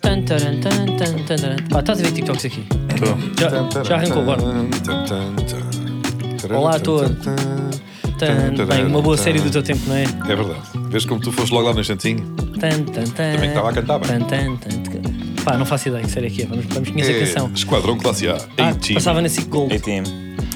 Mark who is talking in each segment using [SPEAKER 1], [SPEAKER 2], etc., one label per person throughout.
[SPEAKER 1] Pá, Ah, estás a ver TikToks aqui? Já, já arrancou agora.
[SPEAKER 2] agora.
[SPEAKER 1] Olá a todos. Tan, Bem, uma boa série do teu tempo, não é?
[SPEAKER 2] É verdade. Vês como tu foste logo lá no instantinho?
[SPEAKER 1] Tan, tan, tan,
[SPEAKER 2] Também estava a cantar, bem.
[SPEAKER 1] tan, tan, tan, tan. Pá, não faço ideia que série é que é. Vamos, vamos conhecer a canção.
[SPEAKER 2] Esquadrão Classe A.
[SPEAKER 1] Ah,
[SPEAKER 2] A-Team.
[SPEAKER 1] passava na 5 Gold,
[SPEAKER 3] ATM.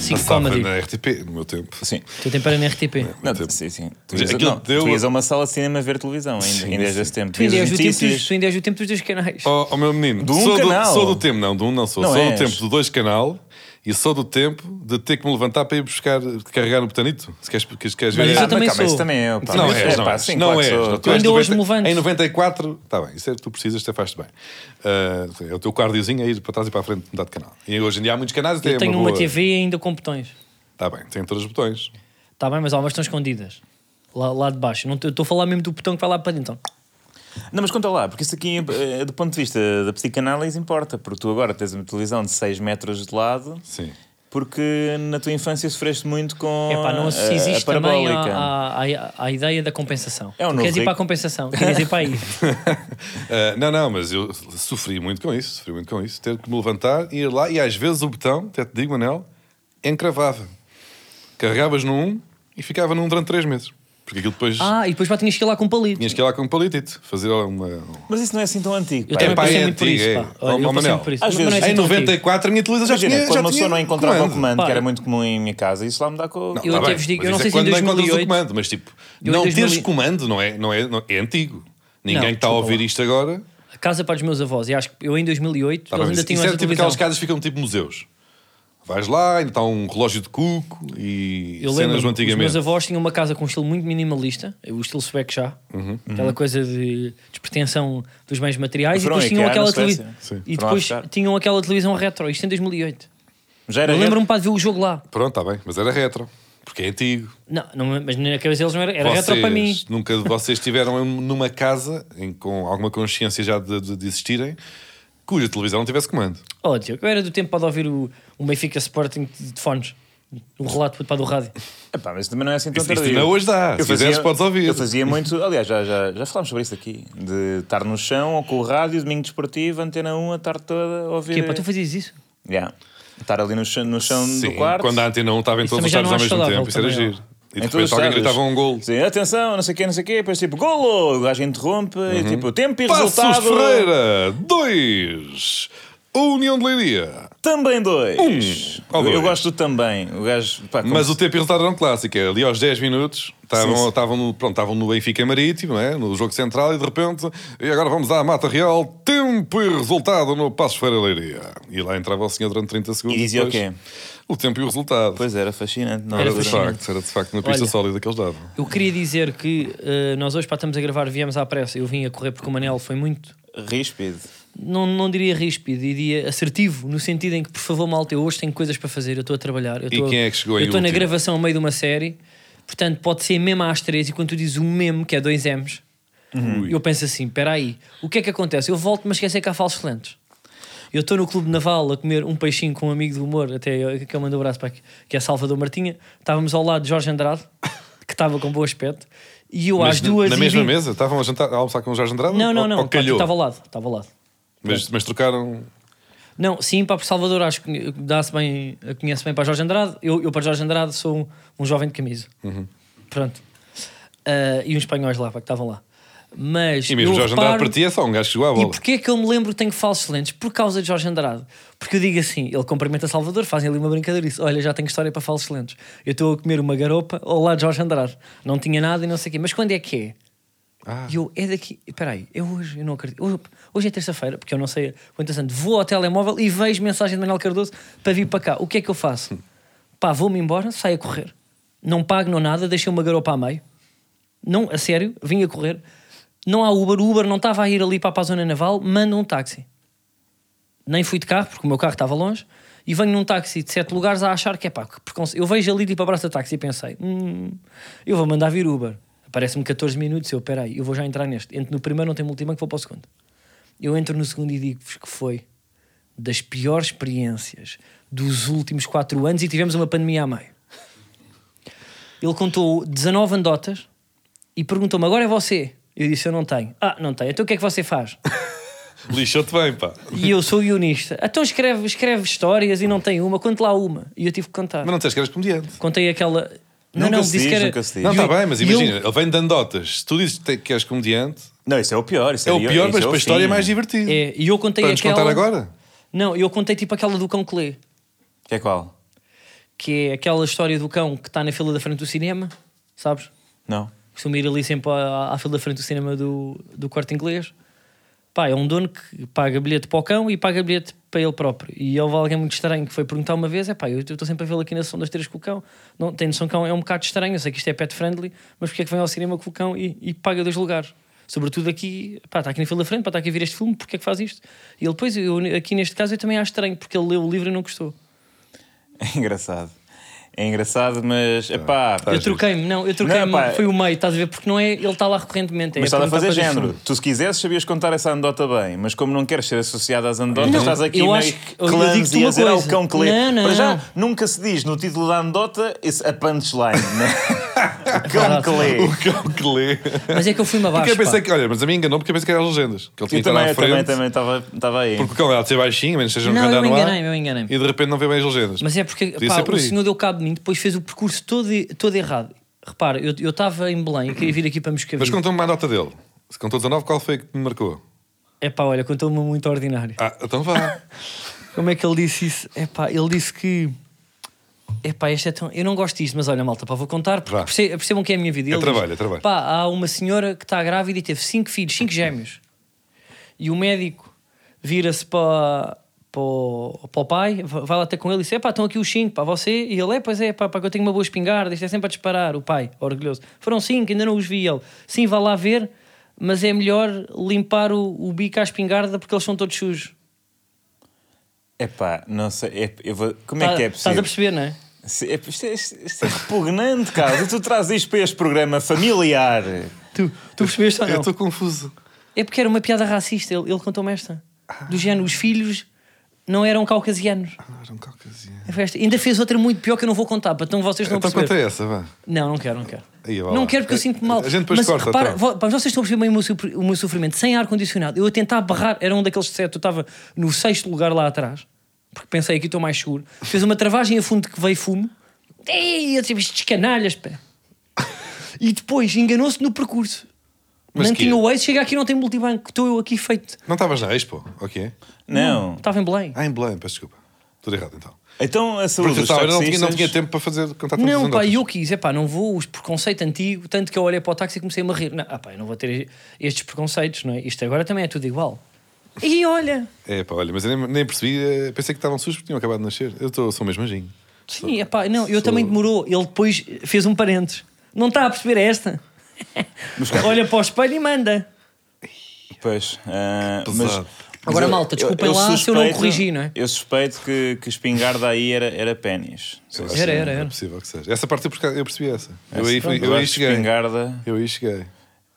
[SPEAKER 1] 5
[SPEAKER 2] É, Passava
[SPEAKER 1] Comedy.
[SPEAKER 2] na RTP, no meu tempo.
[SPEAKER 3] Sim.
[SPEAKER 1] O tipo. teu tempo era na RTP.
[SPEAKER 3] Não,
[SPEAKER 2] Tipo,
[SPEAKER 3] sim, sim. Tu
[SPEAKER 2] mas
[SPEAKER 3] ias,
[SPEAKER 2] aquilo
[SPEAKER 3] não,
[SPEAKER 2] deu-
[SPEAKER 3] tu ias a uma sala de cinema ver televisão ainda, ainda és desse tempo.
[SPEAKER 1] Tu ainda
[SPEAKER 3] Vias
[SPEAKER 1] és do tempo
[SPEAKER 3] notícias.
[SPEAKER 1] dos- tu ainda és do tempo dos dois canais.
[SPEAKER 2] Ó oh, meu menino,
[SPEAKER 3] De um
[SPEAKER 2] sou, do,
[SPEAKER 3] canal.
[SPEAKER 2] sou do tempo, não, de um não sou.
[SPEAKER 3] Não
[SPEAKER 2] sou do
[SPEAKER 3] és.
[SPEAKER 2] tempo do dois canal e sou do tempo de ter que me levantar para ir buscar, carregar no botanito. Se queres, queres, queres ver.
[SPEAKER 1] Mas isso
[SPEAKER 2] Ah,
[SPEAKER 1] eu também
[SPEAKER 3] mas calma,
[SPEAKER 1] sou.
[SPEAKER 3] isso também é. Pá,
[SPEAKER 2] Não
[SPEAKER 3] mas-
[SPEAKER 2] és,
[SPEAKER 3] é,
[SPEAKER 2] não
[SPEAKER 3] pá,
[SPEAKER 2] és.
[SPEAKER 3] sim,
[SPEAKER 2] não
[SPEAKER 3] claro que
[SPEAKER 2] és.
[SPEAKER 3] sou.
[SPEAKER 2] Não, tu
[SPEAKER 1] Eu
[SPEAKER 2] és
[SPEAKER 1] ainda
[SPEAKER 2] do
[SPEAKER 1] hoje me
[SPEAKER 2] 90
[SPEAKER 1] levanto.
[SPEAKER 2] Em 94, está bem, isso é que tu precisas, até faz-te bem. Ah, é o teu cardiozinho a ir para trás e para a frente mudar de canal. E hoje em dia há muitos canais até é
[SPEAKER 1] Eu tenho um
[SPEAKER 2] uma,
[SPEAKER 1] uma
[SPEAKER 2] boa-
[SPEAKER 1] TV ainda com botões.
[SPEAKER 2] Está bem, tem todos os botões.
[SPEAKER 1] Está bem, mas algumas estão escondidas. Lá, lá de baixo. Não te- eu Estou a falar mesmo do botão que vai lá para dentro.
[SPEAKER 3] Não, mas conta lá, porque isso aqui, eh, do ponto de vista da psicanálise, importa, porque tu agora tens uma televisão de 6 metros de lado,
[SPEAKER 2] Sim.
[SPEAKER 3] porque na tua infância sofreste muito com
[SPEAKER 1] É pá, não
[SPEAKER 3] a-
[SPEAKER 1] se
[SPEAKER 3] a
[SPEAKER 1] existe também à,
[SPEAKER 3] Ah, parabólica.
[SPEAKER 1] à, à- à ideia da compensação.
[SPEAKER 3] É um
[SPEAKER 1] Tu
[SPEAKER 3] novo
[SPEAKER 1] queres ir para a
[SPEAKER 3] rico.
[SPEAKER 1] compensação, queres ir para aí.
[SPEAKER 2] Ah, não, não, mas eu sofri muito com isso, sofri muito com isso. Ter que me levantar, ir lá e às vezes o botão, até te digo, Manel, encravava. Carregavas no 1 e ficava no 1 durante 3 meses. Porque aquilo depois
[SPEAKER 1] Ah, e depois pá, tinhas que ir lá com um palito.
[SPEAKER 2] tinhas que ir lá com um palitito, fazer uma.
[SPEAKER 3] Mas isso não é assim tão antigo.
[SPEAKER 1] Eu
[SPEAKER 3] pá.
[SPEAKER 1] também
[SPEAKER 2] É pá,
[SPEAKER 1] passei
[SPEAKER 2] é
[SPEAKER 1] muito por isso.
[SPEAKER 2] antigo,
[SPEAKER 1] Pá.
[SPEAKER 2] é.
[SPEAKER 1] Olha, eu
[SPEAKER 2] Ó, ó,
[SPEAKER 1] passei
[SPEAKER 2] Manel,
[SPEAKER 1] muito por isso.
[SPEAKER 3] às
[SPEAKER 1] Mas não é
[SPEAKER 3] vezes-
[SPEAKER 1] assim
[SPEAKER 2] Em
[SPEAKER 1] tão antigo.
[SPEAKER 2] 94 a minha televisão já
[SPEAKER 3] Imagina,
[SPEAKER 2] tinha.
[SPEAKER 3] quando
[SPEAKER 2] já
[SPEAKER 3] uma
[SPEAKER 2] tinha
[SPEAKER 3] pessoa não encontrava o
[SPEAKER 2] comando.
[SPEAKER 3] comando, que
[SPEAKER 1] Pá.
[SPEAKER 3] era muito comum em minha casa, isso lá me dá com.
[SPEAKER 1] Eu
[SPEAKER 2] tá
[SPEAKER 1] até
[SPEAKER 2] bem,
[SPEAKER 1] vos digo,
[SPEAKER 2] mas
[SPEAKER 1] eu não
[SPEAKER 2] isso
[SPEAKER 1] sei
[SPEAKER 2] é
[SPEAKER 1] se em
[SPEAKER 2] quando não encontras
[SPEAKER 1] 2008
[SPEAKER 2] o comando, mas tipo,
[SPEAKER 1] Eu em
[SPEAKER 2] não teres
[SPEAKER 1] 2000
[SPEAKER 2] comando não é, não é, não- é antigo. Ninguém
[SPEAKER 1] Não,
[SPEAKER 2] que está a
[SPEAKER 1] desculpa
[SPEAKER 2] ouvir
[SPEAKER 1] lá.
[SPEAKER 2] isto agora.
[SPEAKER 1] A casa para os meus avós, e acho que eu em 2008,
[SPEAKER 2] Tá
[SPEAKER 1] eles
[SPEAKER 2] bem,
[SPEAKER 1] ainda
[SPEAKER 2] mas
[SPEAKER 1] tinham
[SPEAKER 2] isso
[SPEAKER 1] essa
[SPEAKER 2] era tipo aquelas
[SPEAKER 1] televisão.
[SPEAKER 2] casas que ficam tipo museus. Vais lá, ainda está um relógio de cuco e
[SPEAKER 1] Eu
[SPEAKER 2] cenas
[SPEAKER 1] lembro,
[SPEAKER 2] do
[SPEAKER 1] os meus
[SPEAKER 2] antigamente.
[SPEAKER 1] avós tinham uma casa com um estilo muito minimalista, o estilo Swag já,
[SPEAKER 2] Uhum.
[SPEAKER 3] Uhum.
[SPEAKER 1] aquela coisa de despretensão dos bens materiais, e
[SPEAKER 3] Foram
[SPEAKER 1] depois,
[SPEAKER 3] à
[SPEAKER 1] tinham
[SPEAKER 3] IKEA
[SPEAKER 1] aquela,
[SPEAKER 3] na
[SPEAKER 1] tele-
[SPEAKER 3] Suécia. Sim.
[SPEAKER 1] e
[SPEAKER 3] Foram lá
[SPEAKER 1] depois
[SPEAKER 3] buscar.
[SPEAKER 1] tinham aquela televisão retro, isto em 2008.
[SPEAKER 3] Já era
[SPEAKER 1] Eu lembro-me para de ver o jogo lá.
[SPEAKER 2] Pronto, está bem, mas era retro, porque é antigo.
[SPEAKER 1] Não, não, mas na cabeça deles não era, era
[SPEAKER 2] Vocês-
[SPEAKER 1] retro para mim.
[SPEAKER 2] Nunca vocês estiveram numa casa em- com alguma consciência já de, de- de existirem cuja televisão não tivesse comando.
[SPEAKER 1] Oh, Diogo, eu era do tempo para de ouvir o, o Benfica Sporting de de fones, o relato para do rádio.
[SPEAKER 3] Epá, mas também não é assim tão
[SPEAKER 2] Isso- isso
[SPEAKER 3] tardio.
[SPEAKER 2] ainda hoje dá. Ah, Se quiseres, podes ouvir.
[SPEAKER 3] Eu fazia muito, aliás, já, já, já falámos sobre isso aqui, de estar no chão ou com o rádio, domingo desportivo, antena 1, a tarde toda, a ouvir.
[SPEAKER 1] Que, é, pá, tu fazias isso?
[SPEAKER 3] Yeah. Estar ali no chão, no chão
[SPEAKER 2] Sim,
[SPEAKER 3] do quarto.
[SPEAKER 2] quando a antena 1 estava em
[SPEAKER 1] Isso
[SPEAKER 2] todos os
[SPEAKER 1] também já não
[SPEAKER 2] estados ao
[SPEAKER 1] acho
[SPEAKER 2] mesmo
[SPEAKER 1] saudável
[SPEAKER 2] tempo, isso era
[SPEAKER 1] também,
[SPEAKER 2] giro.
[SPEAKER 3] em
[SPEAKER 2] E de
[SPEAKER 3] todos os
[SPEAKER 2] repente alguém
[SPEAKER 3] estádios.
[SPEAKER 2] gritava um gol.
[SPEAKER 3] Sim, atenção, não sei o quê, não sei o quê, depois tipo, golo! O gajo interrompe, e tipo, tempo e
[SPEAKER 2] Uhum. Passos
[SPEAKER 3] resultado.
[SPEAKER 2] Ferreira, 2. União de Leiria.
[SPEAKER 3] Também dois.
[SPEAKER 2] Ou
[SPEAKER 3] Eu- Eu
[SPEAKER 2] Um, dois.
[SPEAKER 3] gosto do também. O gajo, pá, como
[SPEAKER 2] Mas
[SPEAKER 3] se-
[SPEAKER 2] o tempo e o resultado era um clássico. Era ali aos 10 minutos,
[SPEAKER 3] Sim,
[SPEAKER 2] estavam,
[SPEAKER 3] sim.
[SPEAKER 2] estavam, no, pronto, estavam no Benfica Marítimo, não é? no jogo central, e de repente, e agora vamos à Mata Real, tempo e resultado no Passo Ferreira Leiria. E lá entrava o senhor durante 30 segundos.
[SPEAKER 3] E dizia
[SPEAKER 2] depois,
[SPEAKER 3] o quê?
[SPEAKER 2] O tempo e o resultado.
[SPEAKER 3] Pois era assim. fascinante. Não,
[SPEAKER 2] era,
[SPEAKER 1] Era
[SPEAKER 2] de
[SPEAKER 1] fascinante.
[SPEAKER 2] facto, era de facto uma pista
[SPEAKER 1] Olha.
[SPEAKER 2] sólida que eles davam.
[SPEAKER 1] Eu queria dizer que eh, nós hoje, pá, estamos a gravar, viemos à pressa. Eu vim a correr porque o Manel foi muito,
[SPEAKER 3] Ríspido.
[SPEAKER 1] não, não diria ríspido, diria assertivo, no sentido em que, por favor, malta, eu hoje tenho coisas para fazer, eu estou a trabalhar. Eu
[SPEAKER 2] E
[SPEAKER 1] estou-
[SPEAKER 2] quem é que chegou em
[SPEAKER 1] Eu estou na
[SPEAKER 2] último?
[SPEAKER 1] gravação ao meio de uma série, portanto, pode ser mesmo às três. E quando tu dizes o mesmo, que é dois M's, eu penso assim: espera aí, o que é que acontece? Eu volto, mas esqueci que há falsos lentes. Eu estou no Clube Naval a comer um peixinho com um amigo do humor, até que eu mando um abraço para aqui, que é Salvador Martinha. Estávamos ao lado de Jorge Andrade, que estava com bom aspecto, e eu
[SPEAKER 2] Mas
[SPEAKER 1] às duas.
[SPEAKER 2] na
[SPEAKER 1] e
[SPEAKER 2] mesma
[SPEAKER 1] vinte-
[SPEAKER 2] mesa? Estavam a, jantar, a almoçar com o Jorge Andrade?
[SPEAKER 1] Não, não,
[SPEAKER 2] Ou-
[SPEAKER 1] não,
[SPEAKER 2] ou
[SPEAKER 1] pá,
[SPEAKER 2] calhou?
[SPEAKER 1] estava ao lado, estava ao lado.
[SPEAKER 2] mas, mas trocaram.
[SPEAKER 1] Não, sim, para Salvador acho que dá-se bem, conhece bem para Jorge Andrade. Eu, eu para Jorge Andrade sou um, um jovem de camisa.
[SPEAKER 2] Uhum.
[SPEAKER 1] Pronto. Ah, e uns espanhóis lá, pá, que estavam lá. Mas
[SPEAKER 2] E mesmo
[SPEAKER 1] eu
[SPEAKER 2] Jorge
[SPEAKER 1] reparo,
[SPEAKER 2] Andrade para ti é só um gajo que chegou à
[SPEAKER 1] E
[SPEAKER 2] bola.
[SPEAKER 1] porquê é que eu me lembro que tenho falsos lentes? Por causa de Jorge Andrade. Porque eu digo assim, ele cumprimenta Salvador, fazem ali uma brincadeira e diz, olha, já tenho história para falsos lentes. Eu estou a comer uma garopa ao lado de Jorge Andrade. Não tinha nada e não sei o quê. Mas quando é que é?
[SPEAKER 2] Ah,
[SPEAKER 1] E eu, é daqui. Espera aí, eu hoje, eu não acredito. Hoje, hoje é terça-feira, porque eu não sei quanto é Vou ao telemóvel e vejo mensagem de Manuel Cardoso para vir para cá. O que é que eu faço? Pá, vou-me embora, saio a correr. Não pago, não nada, deixei uma garopa a meio. Não, a sério, vim a correr. Não há Uber, o Uber não estava a ir ali para a zona naval, manda um táxi. Nem fui de carro, porque o meu carro estava longe. E venho num táxi de sete lugares a achar que é pá, que preconce- eu vejo ali tipo abraço de táxi e pensei, hum, eu vou mandar vir Uber. Aparece-me 14 minutos, eu, peraí, eu vou já entrar neste. Entro no primeiro, não tem multibanco, vou para o segundo. Eu entro no segundo e digo-vos que foi das piores experiências dos últimos quatro anos e tivemos uma pandemia a meio. Ele contou 19 andotas e perguntou-me: agora é você? Eu disse: eu não tenho. Ah, não tenho. Então o que é que você faz?
[SPEAKER 2] Lixou-te bem, pá.
[SPEAKER 1] E eu sou guionista. Então escreve, escreve histórias e não tem uma, conte lá uma. E eu tive que contar.
[SPEAKER 2] Mas não disseste que eras comediante.
[SPEAKER 1] Contei aquela. Não,
[SPEAKER 3] Nunca
[SPEAKER 1] não,
[SPEAKER 3] se
[SPEAKER 1] disse
[SPEAKER 3] diz,
[SPEAKER 1] que era.
[SPEAKER 3] nunca se diz.
[SPEAKER 2] Não,
[SPEAKER 1] E
[SPEAKER 2] está
[SPEAKER 1] eu-
[SPEAKER 2] bem, mas
[SPEAKER 1] e eu-
[SPEAKER 2] imagina, ele vem dando dotas. Se tu dizes que te- que és comediante,
[SPEAKER 3] Não, isso é o pior. Isso
[SPEAKER 2] é o pior,
[SPEAKER 3] isso
[SPEAKER 2] mas para a
[SPEAKER 3] fim.
[SPEAKER 2] história é mais divertido.
[SPEAKER 1] É, e eu contei
[SPEAKER 2] Para nos
[SPEAKER 1] aquela.
[SPEAKER 2] contar agora?
[SPEAKER 1] Não, eu contei tipo aquela do cão que lê,
[SPEAKER 3] Que é qual?
[SPEAKER 1] que é aquela história do cão que está na fila da frente do cinema, sabes?
[SPEAKER 3] Não.
[SPEAKER 1] Costumo ir ali sempre à, à fila da frente do cinema do, do corte inglês. Pá, é um dono que paga bilhete para o cão e paga bilhete para ele próprio. E houve alguém muito estranho que foi perguntar uma vez: é pá, eu eu estou sempre a vê-lo aqui na sessão das três com o cão. Não, tem noção que é um- é um bocado estranho, eu sei que isto é pet friendly, mas porque é que vem ao cinema com o cão e, e paga dois lugares? Sobretudo aqui, pá, está aqui na fila da frente, pá, está aqui a ver este filme, porque é que faz isto? E ele, pois, eu, aqui neste caso eu também acho estranho, porque ele leu o livro e não gostou.
[SPEAKER 3] É engraçado. É engraçado, mas. Epá,
[SPEAKER 2] tá.
[SPEAKER 1] eu
[SPEAKER 2] justo.
[SPEAKER 1] troquei-me, não, eu troquei-me,
[SPEAKER 3] Ah, pá,
[SPEAKER 1] foi o meio, estás a ver? Porque não é, ele está lá recorrentemente. é
[SPEAKER 3] mas estás a
[SPEAKER 1] perguntar
[SPEAKER 3] fazer
[SPEAKER 1] para dois
[SPEAKER 3] género.
[SPEAKER 1] filmes.
[SPEAKER 3] Tu, se quisesses, sabias contar essa anedota bem, mas como não queres ser associado às anedotas,
[SPEAKER 1] Não,
[SPEAKER 3] estás aqui
[SPEAKER 1] eu
[SPEAKER 3] meio
[SPEAKER 1] acho que- eu digo-te
[SPEAKER 3] clumsy
[SPEAKER 1] uma
[SPEAKER 3] a dizer ao
[SPEAKER 1] coisa.
[SPEAKER 3] cão que lê.
[SPEAKER 1] Não, não,
[SPEAKER 3] Para já,
[SPEAKER 1] não.
[SPEAKER 3] nunca se diz no título da anedota esse a punchline, né? O cão que lê.
[SPEAKER 2] O cão que lê.
[SPEAKER 1] Mas é que eu fui-me
[SPEAKER 2] Porque
[SPEAKER 1] abaixo.
[SPEAKER 2] eu pensei
[SPEAKER 1] pá.
[SPEAKER 2] que, olha, mas a mim enganou porque eu pensei que era as legendas. Que ele tinha
[SPEAKER 3] Eu
[SPEAKER 2] que estar tá
[SPEAKER 3] também
[SPEAKER 2] à frente.
[SPEAKER 3] também, também estava estava aí.
[SPEAKER 2] Porque o cão era de ser baixinho, menos seja um
[SPEAKER 1] Não,
[SPEAKER 2] grande
[SPEAKER 1] eu
[SPEAKER 2] no ar,
[SPEAKER 1] enganei-me, eu enganei-me.
[SPEAKER 2] E de repente não vê bem as legendas.
[SPEAKER 1] Mas é porque
[SPEAKER 2] Podia
[SPEAKER 1] pá,
[SPEAKER 2] ser por
[SPEAKER 1] o
[SPEAKER 2] aí.
[SPEAKER 1] senhor deu cabo de mim, depois fez o percurso todo, e- todo errado. Repara, eu eu estava em Belém, queria vir aqui para
[SPEAKER 2] Mas
[SPEAKER 1] Moscavide.
[SPEAKER 2] contou-me uma nota dele. Se contou 19, qual foi que me marcou?
[SPEAKER 1] É pá, olha, contou-me muito ordinário.
[SPEAKER 2] Ah, então vá.
[SPEAKER 1] Como é que ele disse isso? É pá, ele disse que. É pá, este é tão. Eu não gosto disto, mas olha, malta, pá, vou contar porque
[SPEAKER 2] Vá.
[SPEAKER 1] perce- percebam que é a minha vida.
[SPEAKER 2] É
[SPEAKER 1] Ele
[SPEAKER 2] trabalho,
[SPEAKER 1] diz,
[SPEAKER 2] é trabalho.
[SPEAKER 1] Pá, há uma senhora que está grávida e teve cinco filhos, cinco gêmeos. E o médico vira-se para. Para o, para o pai, va- vai lá ter com ele e diz: Epá, estão aqui os cinco para você. E ele: É, pois é, pá, pá, que eu tenho uma boa espingarda, isto é sempre a disparar. O pai, orgulhoso: Foram cinco, ainda não os vi. Ele: Sim, vá lá ver, mas é melhor limpar o, o bico à espingarda porque eles são todos sujos.
[SPEAKER 3] Epá, não sei. é- eu vou- como é que é
[SPEAKER 1] Tá, Estás a perceber,
[SPEAKER 3] possível?
[SPEAKER 1] não é?
[SPEAKER 3] Se- é- Isto é, isto é repugnante, cara. E tu trazes isto para este programa familiar.
[SPEAKER 1] Tu, tu percebeste ou
[SPEAKER 2] eu
[SPEAKER 1] não?
[SPEAKER 2] estou confuso.
[SPEAKER 1] É porque era uma piada racista, ele, ele contou-me esta. Do género, os filhos não eram caucasianos.
[SPEAKER 2] Ah, era um caucasiano.
[SPEAKER 1] É esta. Ainda fez outra muito pior que eu não vou contar, pá, então vocês não
[SPEAKER 2] Então conta
[SPEAKER 1] percebem.
[SPEAKER 2] essa, vá.
[SPEAKER 1] Não, não quero, não quero.
[SPEAKER 2] Aí, vá
[SPEAKER 1] não
[SPEAKER 2] lá. É,
[SPEAKER 1] quero porque eu sinto mal.
[SPEAKER 2] A gente depois
[SPEAKER 1] Mas
[SPEAKER 2] corta,
[SPEAKER 1] repara,
[SPEAKER 2] então.
[SPEAKER 1] vo- pá, vocês estão a perceber bem o meu, supr- o meu sofrimento. Sem ar-condicionado, eu a tentar barrar, era um daqueles sete, eu estava no sexto lugar lá atrás, porque pensei aqui estou mais seguro. Fez uma travagem a fundo que veio fumo. Ei, eu tive estes canalhas, pá. E depois enganou-se no percurso.
[SPEAKER 2] Mas
[SPEAKER 1] não
[SPEAKER 2] que- é?
[SPEAKER 1] tinha o Waze, chega aqui não tem multibanco, estou eu aqui feito.
[SPEAKER 2] Não estavas na Expo? Ok.
[SPEAKER 3] Não.
[SPEAKER 1] Estava em Belém.
[SPEAKER 2] Ah, em Belém, peço desculpa. Tudo errado então.
[SPEAKER 3] Então a
[SPEAKER 2] Porque
[SPEAKER 3] saúde
[SPEAKER 2] eu
[SPEAKER 3] dos
[SPEAKER 2] estava, eu não, tinha, não
[SPEAKER 3] taxistas-
[SPEAKER 2] tinha tempo para fazer contar todas as
[SPEAKER 1] Não, pá,
[SPEAKER 2] anedotas.
[SPEAKER 1] e eu quis, é pá, não vou, os preconceito antigo, tanto que eu olhei para o táxi e comecei a me rir. Não, ah, pá, eu não vou ter estes preconceitos, não é? Isto agora também é tudo igual. E olha,
[SPEAKER 2] É pá, olha, mas eu nem, nem percebi, eh, pensei que estavam sujos porque tinham acabado de nascer. Eu tô, sou mesmo anjinho.
[SPEAKER 1] sim, é pá, não, eu também demorou. Ele depois fez um parênteses. Não está a perceber esta? olha para o espelho e manda.
[SPEAKER 3] Pois. ah,
[SPEAKER 2] Que
[SPEAKER 3] mas,
[SPEAKER 2] pesado.
[SPEAKER 1] Agora, malta, desculpem lá se eu não corrigi, não é?
[SPEAKER 3] Eu suspeito que, que espingarda aí era, era pênis.
[SPEAKER 2] Eu
[SPEAKER 1] Era,
[SPEAKER 2] acho que
[SPEAKER 1] era,
[SPEAKER 2] não É
[SPEAKER 1] era.
[SPEAKER 2] possível que seja. Essa parte eu perca- eu percebi essa. Eu aí, fui- eu
[SPEAKER 3] acho
[SPEAKER 2] aí
[SPEAKER 3] que
[SPEAKER 2] cheguei.
[SPEAKER 3] espingarda
[SPEAKER 2] Eu aí cheguei.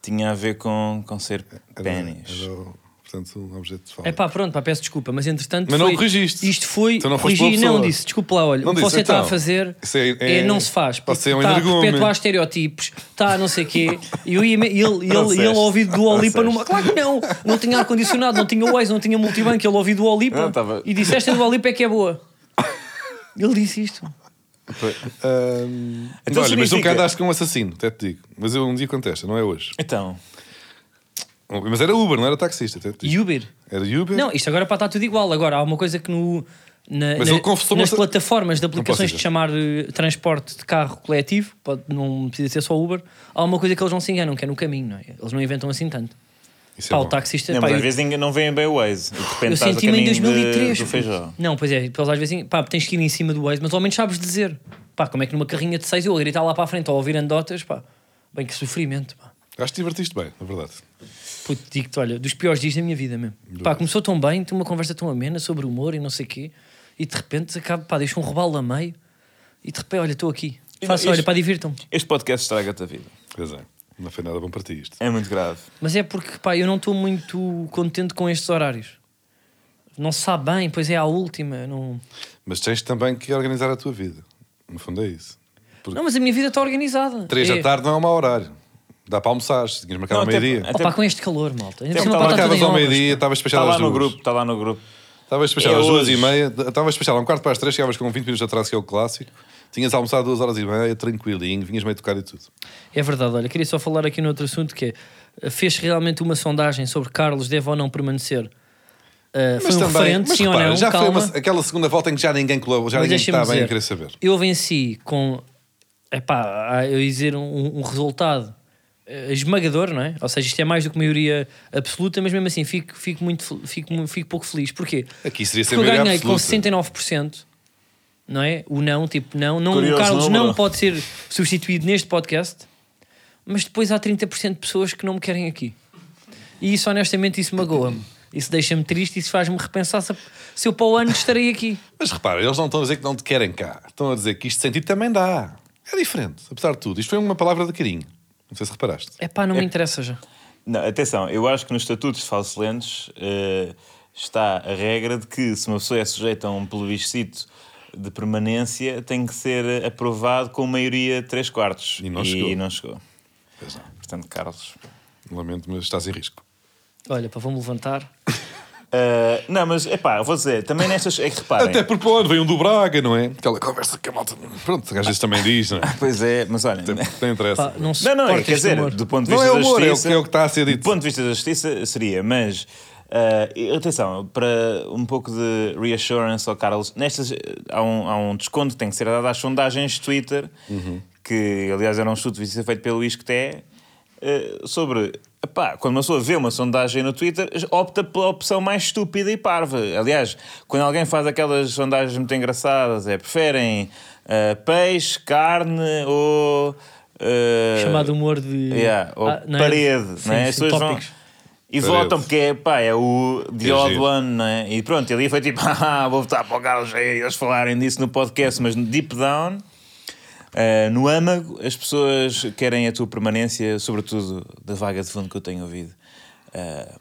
[SPEAKER 3] tinha a ver com, com ser
[SPEAKER 2] Era-
[SPEAKER 3] pênis.
[SPEAKER 2] era o- portanto, um objeto de fala.
[SPEAKER 1] É pá, pronto, pá, peço desculpa, mas entretanto.
[SPEAKER 2] Mas não
[SPEAKER 1] foi-
[SPEAKER 2] corrigiste.
[SPEAKER 1] Isto foi.
[SPEAKER 2] Tu não foste
[SPEAKER 1] corrigi,
[SPEAKER 2] boa
[SPEAKER 1] não
[SPEAKER 2] pessoa.
[SPEAKER 1] disse, desculpa lá, olha, o
[SPEAKER 2] Não
[SPEAKER 1] que
[SPEAKER 2] disse,
[SPEAKER 1] você está
[SPEAKER 2] então.
[SPEAKER 1] a fazer
[SPEAKER 2] Isso é-
[SPEAKER 1] é,
[SPEAKER 2] é-
[SPEAKER 1] não se faz. porque
[SPEAKER 2] pode
[SPEAKER 1] tá
[SPEAKER 2] ser um
[SPEAKER 1] está a
[SPEAKER 2] energúmeno.
[SPEAKER 1] perpetuar estereotipos, está a tá, não sei quê. E eu ia me- ele, ele,
[SPEAKER 3] Não
[SPEAKER 1] ele,
[SPEAKER 3] disseste.
[SPEAKER 1] ao ouvido do
[SPEAKER 3] Não
[SPEAKER 1] Olipa
[SPEAKER 3] disseste.
[SPEAKER 1] numa. Claro que não! Não tinha ar-condicionado, não tinha Waze, não tinha multibanco, ele ouviu do Olipa
[SPEAKER 3] Não, tava-
[SPEAKER 1] e disse esta do Olipa é que é boa. Ele disse isto.
[SPEAKER 2] Então, Ahm, olha,
[SPEAKER 3] Então
[SPEAKER 2] mas
[SPEAKER 3] significa-
[SPEAKER 2] nunca andaste com um assassino, até te digo. Mas eu um dia contesta, não é hoje.
[SPEAKER 3] Então,
[SPEAKER 2] Mas era Uber, não era taxista, até te digo.
[SPEAKER 1] E Uber.
[SPEAKER 2] Era Uber.
[SPEAKER 1] Não, isto agora pá, está tudo igual. Agora há uma coisa que no. na-
[SPEAKER 2] Mas
[SPEAKER 1] na-
[SPEAKER 2] ele confessou
[SPEAKER 1] nas
[SPEAKER 2] uma-
[SPEAKER 1] plataformas de
[SPEAKER 2] posso
[SPEAKER 1] aplicações
[SPEAKER 2] dizer.
[SPEAKER 1] de chamar eh, transporte de carro coletivo, pode, não precisa ser só Uber, há uma coisa que eles não se enganam, que é no caminho, não é? Eles não inventam assim tanto.
[SPEAKER 2] Isso é
[SPEAKER 1] Pá, o
[SPEAKER 2] bom.
[SPEAKER 1] taxista.
[SPEAKER 3] não,
[SPEAKER 1] pá,
[SPEAKER 3] mas às
[SPEAKER 1] eu
[SPEAKER 3] vezes ninguém- não vem bem o Waze. E de repente
[SPEAKER 1] eu
[SPEAKER 3] estás a
[SPEAKER 1] senti-me em
[SPEAKER 3] caminho de-
[SPEAKER 1] 2003.
[SPEAKER 3] do feijão.
[SPEAKER 1] Não, pois é, pelas às vezes, pá, tens que ir em cima do Waze, mas ao menos sabes dizer. Pá, como é que numa carrinha de seis eu a gritar lá para a frente ou a ouvir andotas, pá, bem que sofrimento, pá.
[SPEAKER 2] Acho que te divertiste bem, na verdade.
[SPEAKER 1] Puto, digo-te, olha, dos piores dias da minha vida mesmo. Pá, começou tão bem, tinha uma conversa tão amena sobre humor e não sei o quê, e de repente acaba, pá, deixo um robalo a meio, e de repente, olha, estou aqui.
[SPEAKER 3] E
[SPEAKER 1] Faço,
[SPEAKER 3] não,
[SPEAKER 1] olha,
[SPEAKER 3] isto-
[SPEAKER 1] pá, divirtam-me.
[SPEAKER 3] Este podcast estraga-te a vida.
[SPEAKER 2] Pois é, não foi nada bom para ti isto.
[SPEAKER 3] É muito grave.
[SPEAKER 1] Mas é porque, pá, eu não estou muito contente com estes horários. Não se sabe bem, pois é a última. Não,
[SPEAKER 2] Mas tens também que organizar a tua vida. No fundo é isso. Porque
[SPEAKER 1] não mas a minha vida está organizada.
[SPEAKER 2] três
[SPEAKER 1] é,
[SPEAKER 2] da tarde não é um mau horário. Dá para almoçar, se tinhas marcado ao
[SPEAKER 3] Não, até-
[SPEAKER 2] meio-dia.
[SPEAKER 3] até-
[SPEAKER 1] Opá, com este calor, malta. Ainda por
[SPEAKER 3] Tempo,
[SPEAKER 1] cima
[SPEAKER 3] tá
[SPEAKER 1] a
[SPEAKER 3] lá,
[SPEAKER 1] batata
[SPEAKER 2] Marcavas
[SPEAKER 1] em
[SPEAKER 2] ao
[SPEAKER 1] obras.
[SPEAKER 2] meio-dia, estavas
[SPEAKER 3] Está
[SPEAKER 2] despachado
[SPEAKER 3] Tá lá
[SPEAKER 2] às
[SPEAKER 3] no
[SPEAKER 2] duas.
[SPEAKER 3] grupo, está lá no grupo.
[SPEAKER 2] Estavas despachado
[SPEAKER 3] É
[SPEAKER 2] às duas
[SPEAKER 3] hoje.
[SPEAKER 2] e meia, estavas despachado a um quarto para as três, chegavas com 20 minutos de atraso, que é o clássico. Tinhas almoçado duas horas e meia, tranquilinho, vinhas meio tocar e tudo.
[SPEAKER 1] É verdade, olha, queria só falar aqui noutro assunto que é, eh, fez realmente uma sondagem sobre Carlos deve ou não permanecer. Eh, foi um referente, sim ou
[SPEAKER 2] repara,
[SPEAKER 1] não,
[SPEAKER 2] já
[SPEAKER 1] calma.
[SPEAKER 2] foi uma- aquela segunda volta em que já ninguém colou, já
[SPEAKER 1] Mas
[SPEAKER 2] ninguém
[SPEAKER 1] deixa-me
[SPEAKER 2] está bem a
[SPEAKER 1] dizer,
[SPEAKER 2] querer saber.
[SPEAKER 1] Eu venci com, epá, a- eu ia dizer um, um resultado eh, esmagador, não é? Ou seja, isto é mais do que maioria absoluta, mas mesmo assim fico, fico, muito, fel- fico, mu- fico pouco feliz. Porquê?
[SPEAKER 2] Aqui
[SPEAKER 1] Porque
[SPEAKER 2] seria sem
[SPEAKER 1] eu
[SPEAKER 2] maioria
[SPEAKER 1] ganhei com
[SPEAKER 2] absoluta.
[SPEAKER 1] 69%, não é? O não, tipo, não. não o
[SPEAKER 3] Curioso
[SPEAKER 1] Carlos
[SPEAKER 3] número.
[SPEAKER 1] não pode ser substituído neste podcast, mas depois há 30% de pessoas que não me querem aqui. E isso, honestamente, isso magoa-me. Isso deixa-me triste, isso faz-me repensar se, se eu para o ano estarei aqui.
[SPEAKER 2] Mas repara, eles não estão a dizer que não te querem cá. Estão a dizer que isto sentido também dá. É diferente, apesar de tudo. Isto foi uma palavra de carinho. Não sei se reparaste.
[SPEAKER 1] É pá, não me interessa já.
[SPEAKER 3] Não, atenção, eu acho que nos estatutos de falsolentes eh, está a regra de que se uma pessoa é sujeita a um plebiscito de permanência, tem que ser aprovado com maioria 3 quartos.
[SPEAKER 2] E não chegou.
[SPEAKER 3] não chegou.
[SPEAKER 2] Pois não.
[SPEAKER 3] Portanto, Carlos.
[SPEAKER 2] Lamento, mas estás em risco.
[SPEAKER 1] Olha, para vou-me levantar.
[SPEAKER 3] Eh, não, mas é pá, vou dizer, também nestas. É que
[SPEAKER 1] Tá
[SPEAKER 3] reparem.
[SPEAKER 2] Até porque para onde veio um do Braga, não é? Aquela conversa que a malta. Pronto, às vezes também diz, não é?
[SPEAKER 3] Pois é, mas olhem.
[SPEAKER 2] Tem- Tem interesse.
[SPEAKER 1] Pá, não se
[SPEAKER 3] Não, não, é,
[SPEAKER 1] suporta
[SPEAKER 3] quer
[SPEAKER 1] este
[SPEAKER 3] dizer,
[SPEAKER 1] humor.
[SPEAKER 3] do ponto de
[SPEAKER 2] Não é
[SPEAKER 3] vista da
[SPEAKER 2] humor, é o
[SPEAKER 3] justiça.
[SPEAKER 2] que- é o que está a ser dito.
[SPEAKER 3] Do ponto de vista da justiça, seria, mas. ah, e atenção, para um pouco de reassurance ao Carlos, nestas, eh, há, um, há um desconto que tem que ser dado às sondagens de Twitter, que aliás era um estudo que devia ser feito pelo Isqueté, eh, sobre. Epá, quando uma pessoa vê uma sondagem no Twitter, opta pela opção mais estúpida e parva. Aliás, quando alguém faz aquelas sondagens muito engraçadas, é preferem ah, peixe, carne ou. ah,
[SPEAKER 1] Chamado humor de.
[SPEAKER 3] Yeah, ou
[SPEAKER 1] Ah, não é?
[SPEAKER 3] parede,
[SPEAKER 1] Sim,
[SPEAKER 3] não é? As
[SPEAKER 1] sim,
[SPEAKER 3] pessoas vão-
[SPEAKER 1] tópicos.
[SPEAKER 3] E
[SPEAKER 2] Parede.
[SPEAKER 3] votam porque é, pá, é o The
[SPEAKER 2] É
[SPEAKER 3] Odd
[SPEAKER 2] giro.
[SPEAKER 3] One, não é? E pronto, ele foi tipo, ah, vou votar para o Carlos Reis", eles falarem disso no podcast, mas no deep down, eh, no âmago, as pessoas querem a tua permanência, sobretudo da vaga de fundo que eu tenho ouvido. eh,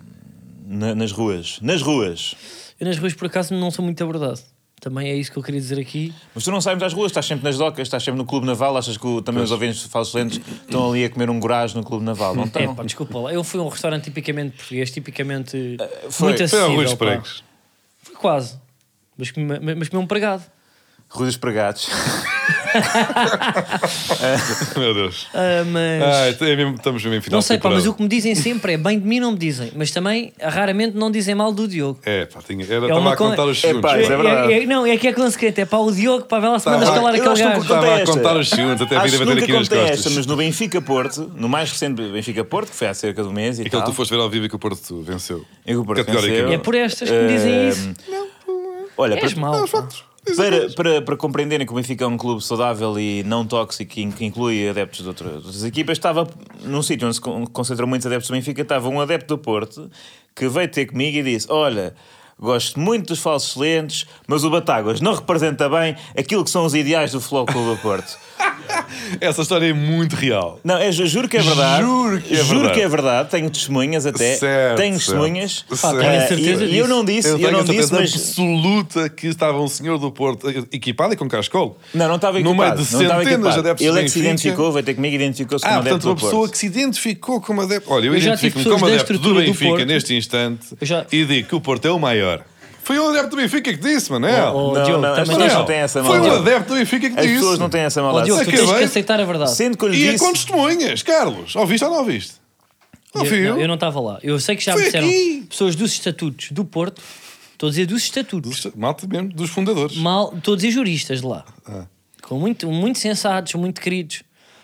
[SPEAKER 3] na- nas ruas, nas ruas.
[SPEAKER 1] Eu nas ruas, por acaso, não sou muito abordado. Também é isso que eu queria dizer aqui.
[SPEAKER 3] Mas tu não sai muito às ruas, estás sempre nas docas, estás sempre no Clube Naval. Achas que o- também os ouvintes falsos estão ali a comer um goraz no Clube Naval? Então Não
[SPEAKER 1] É,
[SPEAKER 3] estão?
[SPEAKER 1] pá, desculpa lá. Eu fui a um restaurante tipicamente português, tipicamente.
[SPEAKER 3] foi-
[SPEAKER 1] muito
[SPEAKER 2] Foi ao
[SPEAKER 1] acessível.
[SPEAKER 2] Rui dos
[SPEAKER 1] pá.
[SPEAKER 2] Pregos.
[SPEAKER 1] Foi quase. Mas, comi- mas, mas comi um pregado.
[SPEAKER 3] Ruídos pregados.
[SPEAKER 2] Meu Deus.
[SPEAKER 1] Ah, mas.
[SPEAKER 2] Ai, é mesmo- estamos mesmo em final
[SPEAKER 1] não sei,
[SPEAKER 2] de
[SPEAKER 1] pá,
[SPEAKER 2] temporada.
[SPEAKER 1] mas o que me dizem sempre é bem de mim, não me dizem. Mas também, ah, raramente, não dizem mal do Diogo.
[SPEAKER 2] É, pá, tinha... era,
[SPEAKER 1] É uma
[SPEAKER 2] estava a contar
[SPEAKER 1] co-
[SPEAKER 2] os segundos.
[SPEAKER 3] Epá,
[SPEAKER 2] pá.
[SPEAKER 3] Mas é verdade.
[SPEAKER 1] É- é- não, é que é com secreto. É para o Diogo, para ela se
[SPEAKER 2] Tá
[SPEAKER 1] manda
[SPEAKER 2] bem.
[SPEAKER 1] escalar
[SPEAKER 2] Eu
[SPEAKER 1] aquele
[SPEAKER 3] acho que não
[SPEAKER 1] gajo.
[SPEAKER 3] contei
[SPEAKER 2] Estava a
[SPEAKER 3] esta.
[SPEAKER 2] contar os segundos, até a
[SPEAKER 3] Acho
[SPEAKER 2] vida
[SPEAKER 3] que
[SPEAKER 2] bater
[SPEAKER 3] nunca
[SPEAKER 2] aqui nas
[SPEAKER 3] contei esta,
[SPEAKER 2] costas.
[SPEAKER 3] mas no Benfica Porto, no mais recente Benfica Porto, que foi há cerca de um mês e
[SPEAKER 2] Aquilo
[SPEAKER 3] tal.
[SPEAKER 2] que tu foste ver ao vivo e que o Porto venceu.
[SPEAKER 3] e que o Porto
[SPEAKER 2] Categoricamente.
[SPEAKER 3] venceu.
[SPEAKER 1] É por estas que me dizem
[SPEAKER 3] Eh,
[SPEAKER 1] isso.
[SPEAKER 3] Olha,
[SPEAKER 1] És
[SPEAKER 3] para,
[SPEAKER 1] mau. pá.
[SPEAKER 3] para, para, para compreenderem que o Benfica é um clube saudável e não tóxico, que in- que inclui adeptos de outra- de outras equipas, estava num sítio onde se con- concentram muitos adeptos do Benfica, estava um adepto do Porto que veio ter comigo e disse: Olha. Gosto muito dos falsos lentes, mas o Batáguas não representa bem aquilo que são os ideais do Futebol Clube do Porto.
[SPEAKER 2] Essa história é muito real.
[SPEAKER 3] Não, eu ju- juro que é verdade.
[SPEAKER 2] Juro que é
[SPEAKER 3] Juro
[SPEAKER 2] verdade.
[SPEAKER 3] que é verdade. Tenho testemunhas até.
[SPEAKER 2] Certo,
[SPEAKER 3] tenho
[SPEAKER 2] certo.
[SPEAKER 3] testemunhas.
[SPEAKER 2] Pá, tenho
[SPEAKER 3] Eh,
[SPEAKER 1] certeza
[SPEAKER 3] e- e eu
[SPEAKER 1] disso.
[SPEAKER 3] não disse, eu,
[SPEAKER 2] eu tenho
[SPEAKER 3] não
[SPEAKER 2] a
[SPEAKER 3] disse,
[SPEAKER 2] certeza
[SPEAKER 3] mas.
[SPEAKER 2] absoluta que estava um senhor do Porto eh, equipado e com cascolo.
[SPEAKER 3] Não, não estava
[SPEAKER 2] No
[SPEAKER 3] equipado.
[SPEAKER 2] meio de
[SPEAKER 3] não estava
[SPEAKER 2] centenas de
[SPEAKER 3] equipado.
[SPEAKER 2] adeptos
[SPEAKER 3] Ele é
[SPEAKER 2] do
[SPEAKER 3] que se
[SPEAKER 2] Benfica.
[SPEAKER 3] identificou, veio ter comigo e identificou-se
[SPEAKER 2] Ah,
[SPEAKER 3] como adepto
[SPEAKER 2] portanto, uma
[SPEAKER 3] do Porto.
[SPEAKER 2] pessoa que se identificou como adepto. Olha, eu,
[SPEAKER 1] Eu já tive
[SPEAKER 2] identifico-me
[SPEAKER 1] pessoas
[SPEAKER 2] como
[SPEAKER 1] da
[SPEAKER 2] adepto do
[SPEAKER 1] estrutura do
[SPEAKER 2] Benfica
[SPEAKER 1] Porto.
[SPEAKER 2] neste instante
[SPEAKER 1] Eu já-
[SPEAKER 2] e digo que o Porto é o maior. Foi o adepto do Benfica que disse, Manel.
[SPEAKER 1] Oh, oh,
[SPEAKER 3] Não,
[SPEAKER 1] Diogo,
[SPEAKER 3] não, as
[SPEAKER 1] também
[SPEAKER 3] pessoas
[SPEAKER 1] tens-
[SPEAKER 3] não têm essa
[SPEAKER 2] Foi o
[SPEAKER 3] maldade.
[SPEAKER 2] adepto do Benfica que
[SPEAKER 3] As
[SPEAKER 2] disse.
[SPEAKER 3] pessoas não têm essa
[SPEAKER 1] Ó,
[SPEAKER 3] maldade.
[SPEAKER 1] Diogo, tu
[SPEAKER 2] Acabei.
[SPEAKER 1] tens que aceitar a verdade.
[SPEAKER 3] Sendo que eu
[SPEAKER 2] E
[SPEAKER 3] lhe
[SPEAKER 2] é com
[SPEAKER 3] disse.
[SPEAKER 2] testemunhas, Carlos. Ouviste ou não ouviste?
[SPEAKER 1] Eu-
[SPEAKER 2] Ouviu?
[SPEAKER 1] não, eu não estava lá. Eu sei que já
[SPEAKER 2] Foi
[SPEAKER 1] me disseram
[SPEAKER 2] aqui.
[SPEAKER 1] pessoas dos estatutos do Porto. Estou a dizer dos estatutos.
[SPEAKER 2] Dos- Malta mesmo, dos fundadores.
[SPEAKER 1] Mal, estou a dizer juristas de lá.
[SPEAKER 2] Ah.
[SPEAKER 1] Com muito, muito sensatos, muito queridos.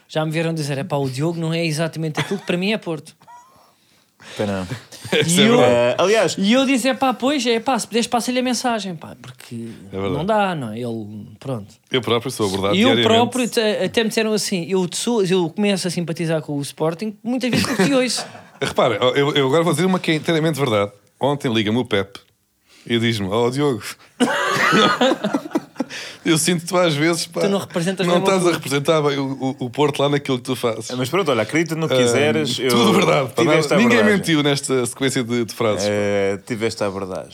[SPEAKER 1] Já me vieram dizer: é pá, o Diogo não é exatamente aquilo que para mim é Porto.
[SPEAKER 3] Pera.
[SPEAKER 2] Isso
[SPEAKER 1] E
[SPEAKER 2] é
[SPEAKER 1] eu-
[SPEAKER 2] verdade.
[SPEAKER 3] Eh, aliás,
[SPEAKER 1] E eu disse: é pá, pois, é pá, se puderes, passa-lhe a mensagem, pá, porque
[SPEAKER 2] verdade.
[SPEAKER 1] não dá, não é? Ele, pronto.
[SPEAKER 2] Eu próprio sou abordado
[SPEAKER 1] E eu
[SPEAKER 2] diariamente.
[SPEAKER 1] próprio te- até me disseram assim: eu, te sou, eu começo a simpatizar com o Sporting muitas vezes porque te ouço.
[SPEAKER 2] Repara, eu, eu agora vou dizer uma que é inteiramente verdade. Ontem liga-me o Pepe e diz-me: Ó Diogo, Eu sinto-te às vezes, pá,
[SPEAKER 1] Tu não representas
[SPEAKER 2] não
[SPEAKER 1] mesmo
[SPEAKER 2] estás
[SPEAKER 1] o-
[SPEAKER 2] a representar bem o, o- o Porto lá naquilo que tu fazes.
[SPEAKER 3] Mas pronto, olha, acredita no que quiseres.
[SPEAKER 2] Ah,
[SPEAKER 3] eu
[SPEAKER 2] tudo verdade. pá,
[SPEAKER 3] tive
[SPEAKER 2] nada-
[SPEAKER 3] esta
[SPEAKER 2] ninguém
[SPEAKER 3] abordagem.
[SPEAKER 2] mentiu nesta sequência de, de frases.
[SPEAKER 3] Eh, tive esta abordagem.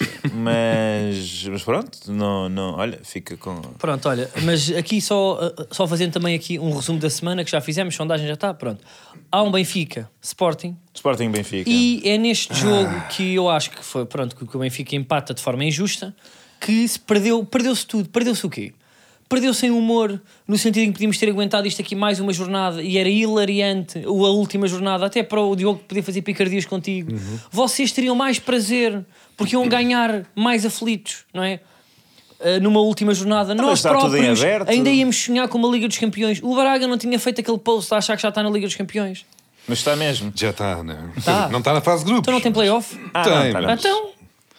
[SPEAKER 3] Mas, mas pronto, não, não, olha, fica com.
[SPEAKER 1] Pronto, olha, mas aqui só, uh, só fazendo também aqui um resumo da semana que já fizemos, sondagem já está, pronto. Há um Benfica, Sporting,
[SPEAKER 3] Sporting Benfica.
[SPEAKER 1] e é
[SPEAKER 3] Ah.
[SPEAKER 1] neste jogo que eu acho que foi, pronto, que o Benfica empata de forma injusta, que se perdeu, perdeu-se tudo, perdeu-se o quê? Perdeu-se em humor, no sentido em que podíamos ter aguentado isto aqui mais uma jornada e era hilariante ou a última jornada, até para o Diogo poder fazer picardias contigo.
[SPEAKER 3] Uhum.
[SPEAKER 1] Vocês teriam mais prazer porque iam ganhar mais aflitos, não é? Uh, numa última jornada, nós
[SPEAKER 3] Tá está tudo em
[SPEAKER 1] próprios
[SPEAKER 3] aberto.
[SPEAKER 1] ainda íamos sonhar com uma Liga dos Campeões. O Braga não tinha feito aquele post a achar que já está na Liga dos Campeões.
[SPEAKER 3] Mas está mesmo.
[SPEAKER 2] Já está, né?
[SPEAKER 1] Tá.
[SPEAKER 2] não está na fase de grupos.
[SPEAKER 1] Então não tem playoff?
[SPEAKER 3] Ah,
[SPEAKER 2] Tem,
[SPEAKER 3] não, está
[SPEAKER 2] mas-
[SPEAKER 3] bem.
[SPEAKER 1] Então,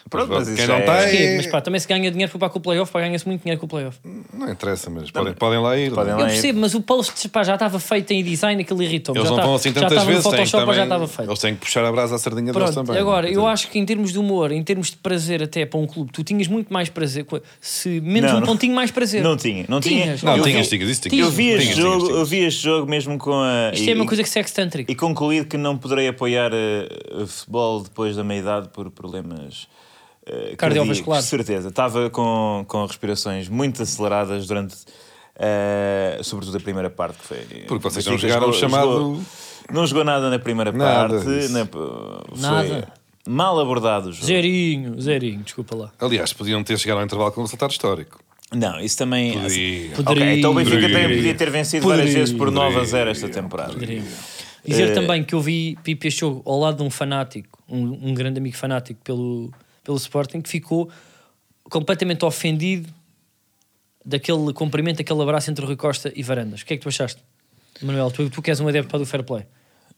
[SPEAKER 3] Pronto, mas
[SPEAKER 2] Quem
[SPEAKER 3] isso
[SPEAKER 2] não
[SPEAKER 3] é-
[SPEAKER 2] está é-
[SPEAKER 1] Sim, mas pá, também se ganha dinheiro para com o playoff, pá, ganha-se muito dinheiro com o playoff.
[SPEAKER 2] Não interessa, mas podem, podem lá ir.
[SPEAKER 3] Podem
[SPEAKER 2] não é?
[SPEAKER 3] lá
[SPEAKER 1] Eu
[SPEAKER 3] Bem,
[SPEAKER 1] percebo, mas o post pá, já estava feito em design, aquilo irritou-me.
[SPEAKER 2] Eles
[SPEAKER 1] já
[SPEAKER 2] não
[SPEAKER 1] tá-
[SPEAKER 2] vão assim
[SPEAKER 1] já
[SPEAKER 2] tantas
[SPEAKER 1] estava
[SPEAKER 2] vezes.
[SPEAKER 1] no
[SPEAKER 2] Têm que
[SPEAKER 1] Photoshop,
[SPEAKER 2] também,
[SPEAKER 1] já estava feito.
[SPEAKER 2] Eles têm que puxar a brasa à sardinha deles
[SPEAKER 1] Pronto,
[SPEAKER 2] também.
[SPEAKER 1] agora,
[SPEAKER 2] Quer
[SPEAKER 1] eu
[SPEAKER 2] dizer,
[SPEAKER 1] acho que em termos de humor, em termos de prazer até para um clube, tu tinhas muito mais prazer, co- se menos
[SPEAKER 3] Não,
[SPEAKER 1] um
[SPEAKER 3] não.
[SPEAKER 1] pontinho mais prazer.
[SPEAKER 3] Não tinha, não tinha.
[SPEAKER 1] Tinhas.
[SPEAKER 2] Não,
[SPEAKER 3] Eu
[SPEAKER 2] tinhas,
[SPEAKER 3] vi-
[SPEAKER 2] tinhas, isso tinhas.
[SPEAKER 3] Eu vi
[SPEAKER 2] Tinhas,
[SPEAKER 3] este
[SPEAKER 2] tinhas,
[SPEAKER 3] jogo,
[SPEAKER 2] tinhas.
[SPEAKER 3] eu vi este jogo mesmo com a.
[SPEAKER 1] Isto é uma coisa que se extântrica.
[SPEAKER 3] E concluir que não poderei apoiar eh, futebol depois da meia-idade por problemas eh,
[SPEAKER 1] Cardiovasculares.
[SPEAKER 3] cardíacos, de certeza. Estava com, com respirações muito aceleradas durante, eh, sobretudo a primeira parte. Que foi,
[SPEAKER 2] Porque vocês
[SPEAKER 3] Benfica
[SPEAKER 2] não jogaram o chamado-
[SPEAKER 3] jogou- não jogou nada na primeira
[SPEAKER 2] Nada
[SPEAKER 3] parte.
[SPEAKER 2] disso.
[SPEAKER 3] na- foi
[SPEAKER 1] Nada.
[SPEAKER 3] mal abordado o jogo.
[SPEAKER 1] Zerinho, zerinho, desculpa lá.
[SPEAKER 2] Aliás, podiam ter chegado ao intervalo com um resultado histórico.
[SPEAKER 3] Não, isso também.
[SPEAKER 2] Podia.
[SPEAKER 3] Ok, então o Benfica
[SPEAKER 2] Poderia.
[SPEAKER 3] tem- podia ter vencido várias
[SPEAKER 1] Poderia.
[SPEAKER 3] vezes por 9 a 0 esta temporada.
[SPEAKER 1] Dizer
[SPEAKER 2] Eh,
[SPEAKER 1] também que eu vi Pipe este jogo ao lado de um fanático, um, um grande amigo fanático pelo, pelo Sporting, que ficou completamente ofendido daquele cumprimento, aquele abraço entre o Rui Costa e Varandas. O que é que tu achaste? Manuel, tu, tu que és um adepto do fair play.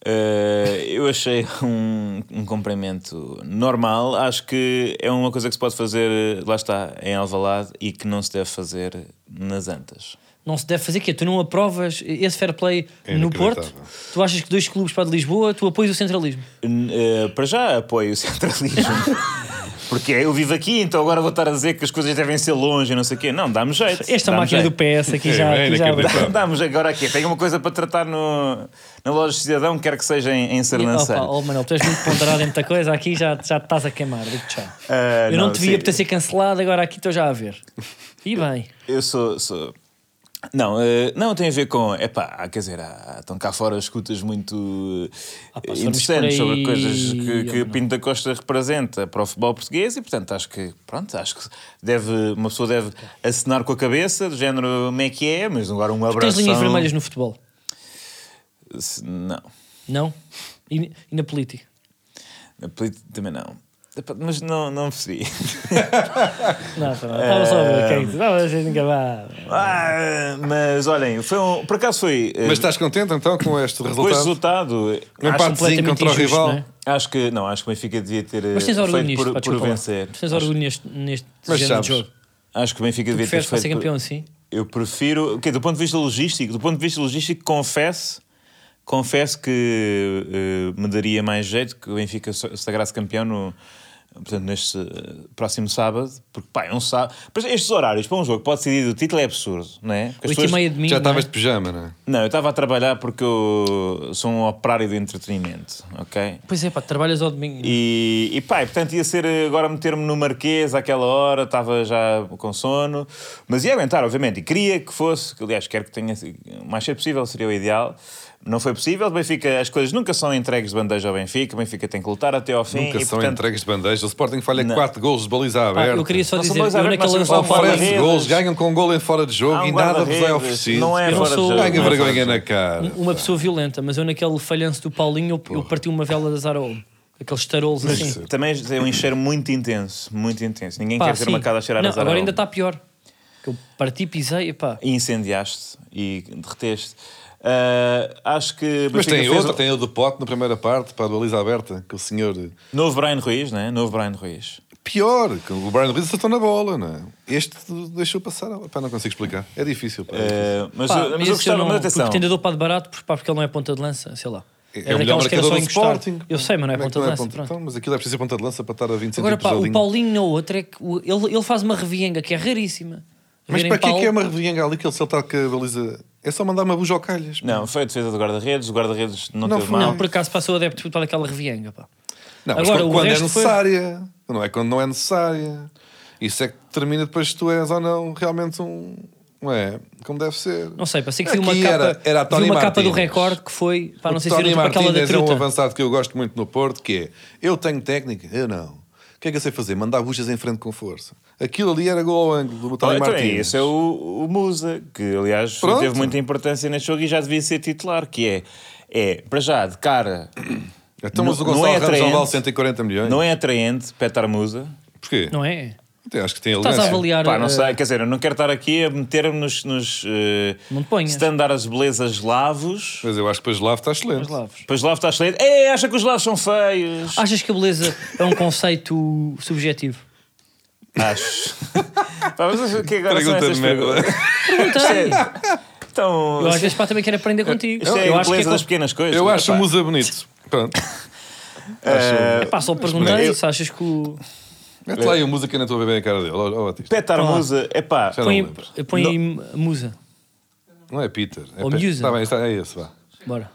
[SPEAKER 3] Uh, eu achei um, um comprimento normal. Acho que é uma coisa que se pode fazer, eh, lá está, em Alvalade e que não se deve fazer nas Antas.
[SPEAKER 1] Não se deve fazer quê? Tu não aprovas esse fair play
[SPEAKER 2] É
[SPEAKER 1] no
[SPEAKER 2] inacreditável.
[SPEAKER 1] Porto? Tu achas que dois clubes para de Lisboa, tu apoias o centralismo?
[SPEAKER 3] N- uh, para já apoio o centralismo. Porque eu vivo aqui, então agora vou estar a dizer que as coisas devem ser longe e não sei o quê. Não, dá-me jeito.
[SPEAKER 1] Esta
[SPEAKER 3] dá-me
[SPEAKER 1] máquina do
[SPEAKER 3] jeito.
[SPEAKER 1] PS aqui
[SPEAKER 2] É,
[SPEAKER 1] já.
[SPEAKER 2] é
[SPEAKER 1] Aqui já
[SPEAKER 2] inacreditável.
[SPEAKER 3] Dá- Dá-me jeito. agora aqui. Tenho uma coisa para tratar no, na loja de cidadão, quer que seja em, em Sarnanceiro.
[SPEAKER 1] Opa, oh, Manuel, tu és muito ponderado em muita coisa, aqui já, já te estás a queimar, digo tchau.
[SPEAKER 3] Ah,
[SPEAKER 1] Eu não, te via
[SPEAKER 3] sim.
[SPEAKER 1] por ter ser cancelado, agora aqui estou já a ver. E bem,
[SPEAKER 3] Eu sou. sou- Não, eh, não tem a ver com. É pá, quer dizer, há, estão cá fora escutas muito eh,
[SPEAKER 1] Ah, pá, se formos
[SPEAKER 3] interessantes
[SPEAKER 1] por aí,
[SPEAKER 3] sobre coisas que, que
[SPEAKER 1] ou não.
[SPEAKER 3] Pinto da Costa representa para o futebol português e, portanto, acho que, pronto, acho que deve, uma pessoa deve acenar com a cabeça, do género como é que é, mas agora um abraço.
[SPEAKER 1] tens linhas vermelhas no futebol?
[SPEAKER 3] Não,
[SPEAKER 1] Não? E, e na política?
[SPEAKER 3] na política também não. Epá, Mas não, não percebi.
[SPEAKER 1] Não, não, não. Estava só a ver, ok? Estava a gente acabar.
[SPEAKER 3] Ah, mas olhem, foi um, por acaso foi. eh,
[SPEAKER 2] Mas estás contente então com este
[SPEAKER 3] com este
[SPEAKER 2] resultado?
[SPEAKER 3] resultado.
[SPEAKER 2] Um
[SPEAKER 3] acho-
[SPEAKER 1] completamente
[SPEAKER 2] empatezinho contra o
[SPEAKER 1] injusto,
[SPEAKER 2] rival.
[SPEAKER 1] não é?
[SPEAKER 3] Acho que não, acho que o Benfica devia ter eh,
[SPEAKER 1] Mas tens orgulho
[SPEAKER 3] feito
[SPEAKER 1] nisto,
[SPEAKER 3] por,
[SPEAKER 1] pá,
[SPEAKER 3] por
[SPEAKER 1] desculpa lá.
[SPEAKER 3] vencer.
[SPEAKER 1] Tens orgulho neste, neste
[SPEAKER 2] Mas
[SPEAKER 1] género de
[SPEAKER 2] sabes,
[SPEAKER 1] jogo.
[SPEAKER 3] Acho que o Benfica devia ter
[SPEAKER 1] Preferes para
[SPEAKER 3] feito.
[SPEAKER 1] ser
[SPEAKER 3] por-
[SPEAKER 1] campeão assim?
[SPEAKER 3] Eu prefiro, ok, do ponto de vista logístico, do ponto de vista logístico, confesso, confesso que eh, me daria mais jeito que o Benfica so- sagrasse campeão no Portanto, neste eh, próximo sábado, porque pá, é um sábado. Mas Estes horários para um jogo que pode decidir o título é absurdo, não é? Porque as
[SPEAKER 1] 8 e
[SPEAKER 3] pessoas-
[SPEAKER 1] meia de mim.
[SPEAKER 2] Já estavas de pijama, não é?
[SPEAKER 3] Não, eu estava a trabalhar porque eu sou um operário do entretenimento, ok?
[SPEAKER 1] Pois é, pá, trabalhas ao domingo.
[SPEAKER 3] E, e pá, e, portanto ia ser eh, agora meter-me no Marquês àquela hora, estava já com sono, mas ia aguentar, obviamente, e queria que fosse, que, aliás, quero que tenha sido- o mais cedo possível, seria o ideal. Não foi possível, o Benfica, as coisas nunca são entregues de bandeja ao Benfica, o Benfica tem que lutar até ao fim.
[SPEAKER 2] Nunca
[SPEAKER 3] e,
[SPEAKER 2] são
[SPEAKER 3] portanto, Ah,
[SPEAKER 2] entregues de bandeja. O Sporting falha 4 gols de baliza
[SPEAKER 1] Pá,
[SPEAKER 2] aberta.
[SPEAKER 1] eu queria só
[SPEAKER 3] Não são
[SPEAKER 1] dizer, eu
[SPEAKER 3] dois a ver,
[SPEAKER 1] naquele
[SPEAKER 3] mas
[SPEAKER 1] lance
[SPEAKER 3] são
[SPEAKER 1] ao
[SPEAKER 3] só fora
[SPEAKER 1] Paulo
[SPEAKER 3] de
[SPEAKER 2] Oferece
[SPEAKER 3] Guarda-redes.
[SPEAKER 2] gols, ganham com um gol em fora de jogo
[SPEAKER 3] Há um
[SPEAKER 2] e nada vos é
[SPEAKER 3] guarda-redes,
[SPEAKER 2] oferecido.
[SPEAKER 3] Não é
[SPEAKER 1] Eu não
[SPEAKER 3] fora de
[SPEAKER 1] sou-
[SPEAKER 3] jogo,
[SPEAKER 2] Ganha
[SPEAKER 3] não é fora de
[SPEAKER 2] vergonha
[SPEAKER 3] jogo.
[SPEAKER 2] na cara.
[SPEAKER 1] uma pessoa violenta, mas eu naquele falhanço do Paulinho eu, eu parti uma vela de azar ao homem. Aqueles tarolos assim.
[SPEAKER 3] Também é um encher muito intenso, muito intenso. Ninguém
[SPEAKER 1] Pá,
[SPEAKER 3] quer ser
[SPEAKER 1] sim.
[SPEAKER 3] marcado a cheirar
[SPEAKER 1] Não,
[SPEAKER 3] a
[SPEAKER 1] Agora
[SPEAKER 3] Zarão.
[SPEAKER 1] ainda tá- está pior. Que eu parti, pisei e pá.
[SPEAKER 3] E incendiaste e derreteste. Ah, acho que.
[SPEAKER 2] Mas
[SPEAKER 3] Benfica
[SPEAKER 2] tem
[SPEAKER 3] fez
[SPEAKER 2] outra,
[SPEAKER 3] o-
[SPEAKER 2] tem o do pote na primeira parte, para a baliza aberta, que o senhor.
[SPEAKER 3] Novo Brian Ruiz, né? Novo Brian Ruiz.
[SPEAKER 2] Pior, que o Brian Reed acertou na bola, não é? Este deixou passar. Pá, não consigo explicar. É difícil. Pá.
[SPEAKER 3] Eh, mas,
[SPEAKER 1] Pá,
[SPEAKER 3] eu, mas
[SPEAKER 1] esse
[SPEAKER 3] eu gostava,
[SPEAKER 1] não-
[SPEAKER 3] mas
[SPEAKER 1] porque
[SPEAKER 3] atenção.
[SPEAKER 1] pretendedor para de barato, porque, pá, porque ele não é ponta de lança, sei lá.
[SPEAKER 2] É
[SPEAKER 1] Era
[SPEAKER 2] o melhor
[SPEAKER 1] daquelas que era
[SPEAKER 2] marcador
[SPEAKER 1] só
[SPEAKER 2] do
[SPEAKER 1] encostar.
[SPEAKER 2] Sporting.
[SPEAKER 1] Eu sei, mas não é
[SPEAKER 2] Como que
[SPEAKER 1] ponta de
[SPEAKER 2] não
[SPEAKER 1] lança.
[SPEAKER 2] ponta-
[SPEAKER 1] pronto.
[SPEAKER 2] Então, mas aquilo é preciso ser ponta de lança para estar a 20
[SPEAKER 1] Agora
[SPEAKER 2] centímetros
[SPEAKER 1] pá,
[SPEAKER 2] da
[SPEAKER 1] o
[SPEAKER 2] linha.
[SPEAKER 1] Paulinho na outra é que o- ele, ele faz uma revienga que é raríssima.
[SPEAKER 2] Mas
[SPEAKER 1] virem
[SPEAKER 2] para que é
[SPEAKER 1] pau.
[SPEAKER 2] que é uma revinga ali que ele saltar com a baliza? É só mandar uma buja ao calhas. pá.
[SPEAKER 3] Não, foi a defesa do guarda-redes, o guarda-redes não,
[SPEAKER 2] Não
[SPEAKER 3] teve
[SPEAKER 2] foi-
[SPEAKER 3] mal.
[SPEAKER 1] Não, por acaso passou adepto de futebol aquela revienga, pá.
[SPEAKER 2] Não, mas
[SPEAKER 1] Agora,
[SPEAKER 2] quando,
[SPEAKER 1] o
[SPEAKER 2] quando é
[SPEAKER 1] resto foi-
[SPEAKER 2] necessária. Não é quando não é necessária. Isso é que determina depois se tu és ou não realmente um. Não é? Como deve ser.
[SPEAKER 1] Não sei, passei que vi
[SPEAKER 2] Aqui
[SPEAKER 1] uma, capa,
[SPEAKER 2] era- era a
[SPEAKER 1] vi
[SPEAKER 2] Tony
[SPEAKER 1] uma capa do
[SPEAKER 2] Martínez.
[SPEAKER 1] recorde que foi, pá, não
[SPEAKER 2] O
[SPEAKER 1] sei se viram
[SPEAKER 2] Tony
[SPEAKER 1] tipo, aquela da
[SPEAKER 2] Martínez é um
[SPEAKER 1] truta.
[SPEAKER 2] avançado que eu gosto muito no Porto, que é eu tenho técnica, eu não. O que é que eu sei fazer? Mandar buchas em frente com força. Aquilo ali era gol ao ângulo do Tony
[SPEAKER 3] Olha, então é
[SPEAKER 2] Martínez.
[SPEAKER 3] esse é o, o Musa, que aliás
[SPEAKER 2] Pronto.
[SPEAKER 3] teve muita importância neste jogo e já devia ser titular, que é, é para já, de cara,
[SPEAKER 2] Então, mas o
[SPEAKER 3] Não- não
[SPEAKER 2] Gonçalo
[SPEAKER 3] é
[SPEAKER 2] Ramos não
[SPEAKER 3] atraente.
[SPEAKER 2] vale 140 milhões.
[SPEAKER 3] não é atraente Petar Musa.
[SPEAKER 2] Porquê?
[SPEAKER 1] Não é?
[SPEAKER 2] Até acho que tem
[SPEAKER 1] Estás
[SPEAKER 2] elegância.
[SPEAKER 1] a avaliar.
[SPEAKER 3] Pá, não
[SPEAKER 1] eh,
[SPEAKER 3] sei, quer dizer, eu não quero estar aqui a meter-me nos, nos eh,
[SPEAKER 1] Não te ponhas.
[SPEAKER 3] standards de beleza eslavos.
[SPEAKER 2] Mas eu acho que para Slavo está excelente.
[SPEAKER 1] os lavos.
[SPEAKER 3] Para eslavo está excelente. É, acha que os eslavos são feios.
[SPEAKER 1] Achas que a beleza é um conceito subjetivo?
[SPEAKER 3] Acho. Pá, mas o que agora são
[SPEAKER 2] Pergunta
[SPEAKER 3] essas
[SPEAKER 2] de merda.
[SPEAKER 3] perguntas?
[SPEAKER 2] é-
[SPEAKER 1] Perguntei.
[SPEAKER 3] Então,
[SPEAKER 1] Eu às vezes pá, também quero aprender contigo.
[SPEAKER 3] isto é
[SPEAKER 1] eu
[SPEAKER 3] a
[SPEAKER 1] acho que é,
[SPEAKER 3] beleza das
[SPEAKER 1] co-
[SPEAKER 3] pequenas coisas.
[SPEAKER 2] Eu acho o
[SPEAKER 3] Pá. Eh,
[SPEAKER 2] Musa bonito. Pronto.
[SPEAKER 1] é pá, só perguntei se achas que o.
[SPEAKER 2] Mete lá aí a música na tua bebê a cara dele. ó- ó, Batista.
[SPEAKER 3] Petar
[SPEAKER 1] Olá.
[SPEAKER 3] Musa, é pá.
[SPEAKER 2] Já não
[SPEAKER 1] Põe,
[SPEAKER 2] lembro.
[SPEAKER 1] põe aí musa.
[SPEAKER 2] Não é Peter. É
[SPEAKER 1] Ou
[SPEAKER 2] Pe-
[SPEAKER 1] Musa.
[SPEAKER 2] Está bem, está, é esse, vá.
[SPEAKER 1] Bora.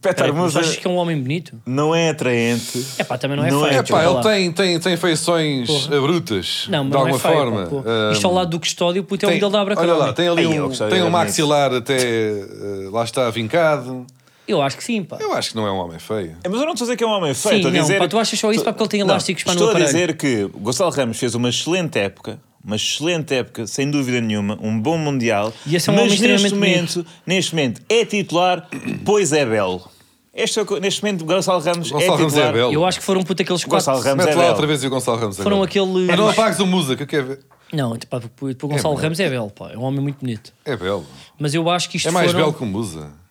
[SPEAKER 3] Petar
[SPEAKER 1] Mas
[SPEAKER 3] Musa
[SPEAKER 1] achas que é um homem bonito?
[SPEAKER 3] não é atraente.
[SPEAKER 1] É pá, também não é
[SPEAKER 3] Não é,
[SPEAKER 1] feio.
[SPEAKER 2] É
[SPEAKER 1] desculpa
[SPEAKER 2] pá,
[SPEAKER 1] lá.
[SPEAKER 2] ele tem, tem, tem feições
[SPEAKER 1] Porra.
[SPEAKER 2] brutas.
[SPEAKER 1] Não, mas
[SPEAKER 2] de
[SPEAKER 1] não é
[SPEAKER 2] alguma
[SPEAKER 1] feio.
[SPEAKER 2] forma.
[SPEAKER 1] pá, pô.
[SPEAKER 2] Ah,
[SPEAKER 1] Isto ao lado do custódio, puto, é o
[SPEAKER 2] tem-
[SPEAKER 1] modelo da Abra
[SPEAKER 2] Olha
[SPEAKER 1] Carolina.
[SPEAKER 2] lá, tem ali
[SPEAKER 3] Ai, eu
[SPEAKER 2] um,
[SPEAKER 3] gostava de
[SPEAKER 2] tem um
[SPEAKER 3] ver nisso.
[SPEAKER 2] maxilar até eh, lá está vincado.
[SPEAKER 1] Eu acho que sim, pá.
[SPEAKER 2] Eu acho que não é um homem feio.
[SPEAKER 3] É, Mas eu não estou a dizer que é um homem feio.
[SPEAKER 1] Sim,
[SPEAKER 3] estou a
[SPEAKER 1] não,
[SPEAKER 3] dizer...
[SPEAKER 1] pá, tu achas só isso
[SPEAKER 3] Estou-
[SPEAKER 1] pá, porque ele tem
[SPEAKER 3] Não,
[SPEAKER 1] elásticos para no
[SPEAKER 3] Estou a
[SPEAKER 1] aparelho.
[SPEAKER 3] dizer que o Gonçalo Ramos fez uma excelente época, uma excelente época, sem dúvida nenhuma, um bom Mundial.
[SPEAKER 1] E esse é um
[SPEAKER 3] mas
[SPEAKER 1] homem
[SPEAKER 3] neste
[SPEAKER 1] extremamente
[SPEAKER 3] momento, neste momento é titular, pois é belo. Este é o co- neste momento, Gonçalo Ramos
[SPEAKER 2] Gonçalo
[SPEAKER 3] é
[SPEAKER 2] Ramos
[SPEAKER 3] titular.
[SPEAKER 2] é belo.
[SPEAKER 1] Eu acho que foram puto aqueles quatro.
[SPEAKER 3] Gonçalo Ramos
[SPEAKER 2] Mete
[SPEAKER 3] é
[SPEAKER 2] lá
[SPEAKER 3] belo.
[SPEAKER 2] outra vez e o Gonçalo Ramos.
[SPEAKER 1] Foram
[SPEAKER 2] agora.
[SPEAKER 1] aqueles-
[SPEAKER 2] Mas não apagues o Musa, que é eu quero ver.
[SPEAKER 1] Não, pá, o Gonçalo Ramos é belo, pá. É um homem muito bonito.
[SPEAKER 2] É belo.
[SPEAKER 1] Mas eu acho que isto
[SPEAKER 2] É mais
[SPEAKER 1] foram...
[SPEAKER 2] belo que o Musa.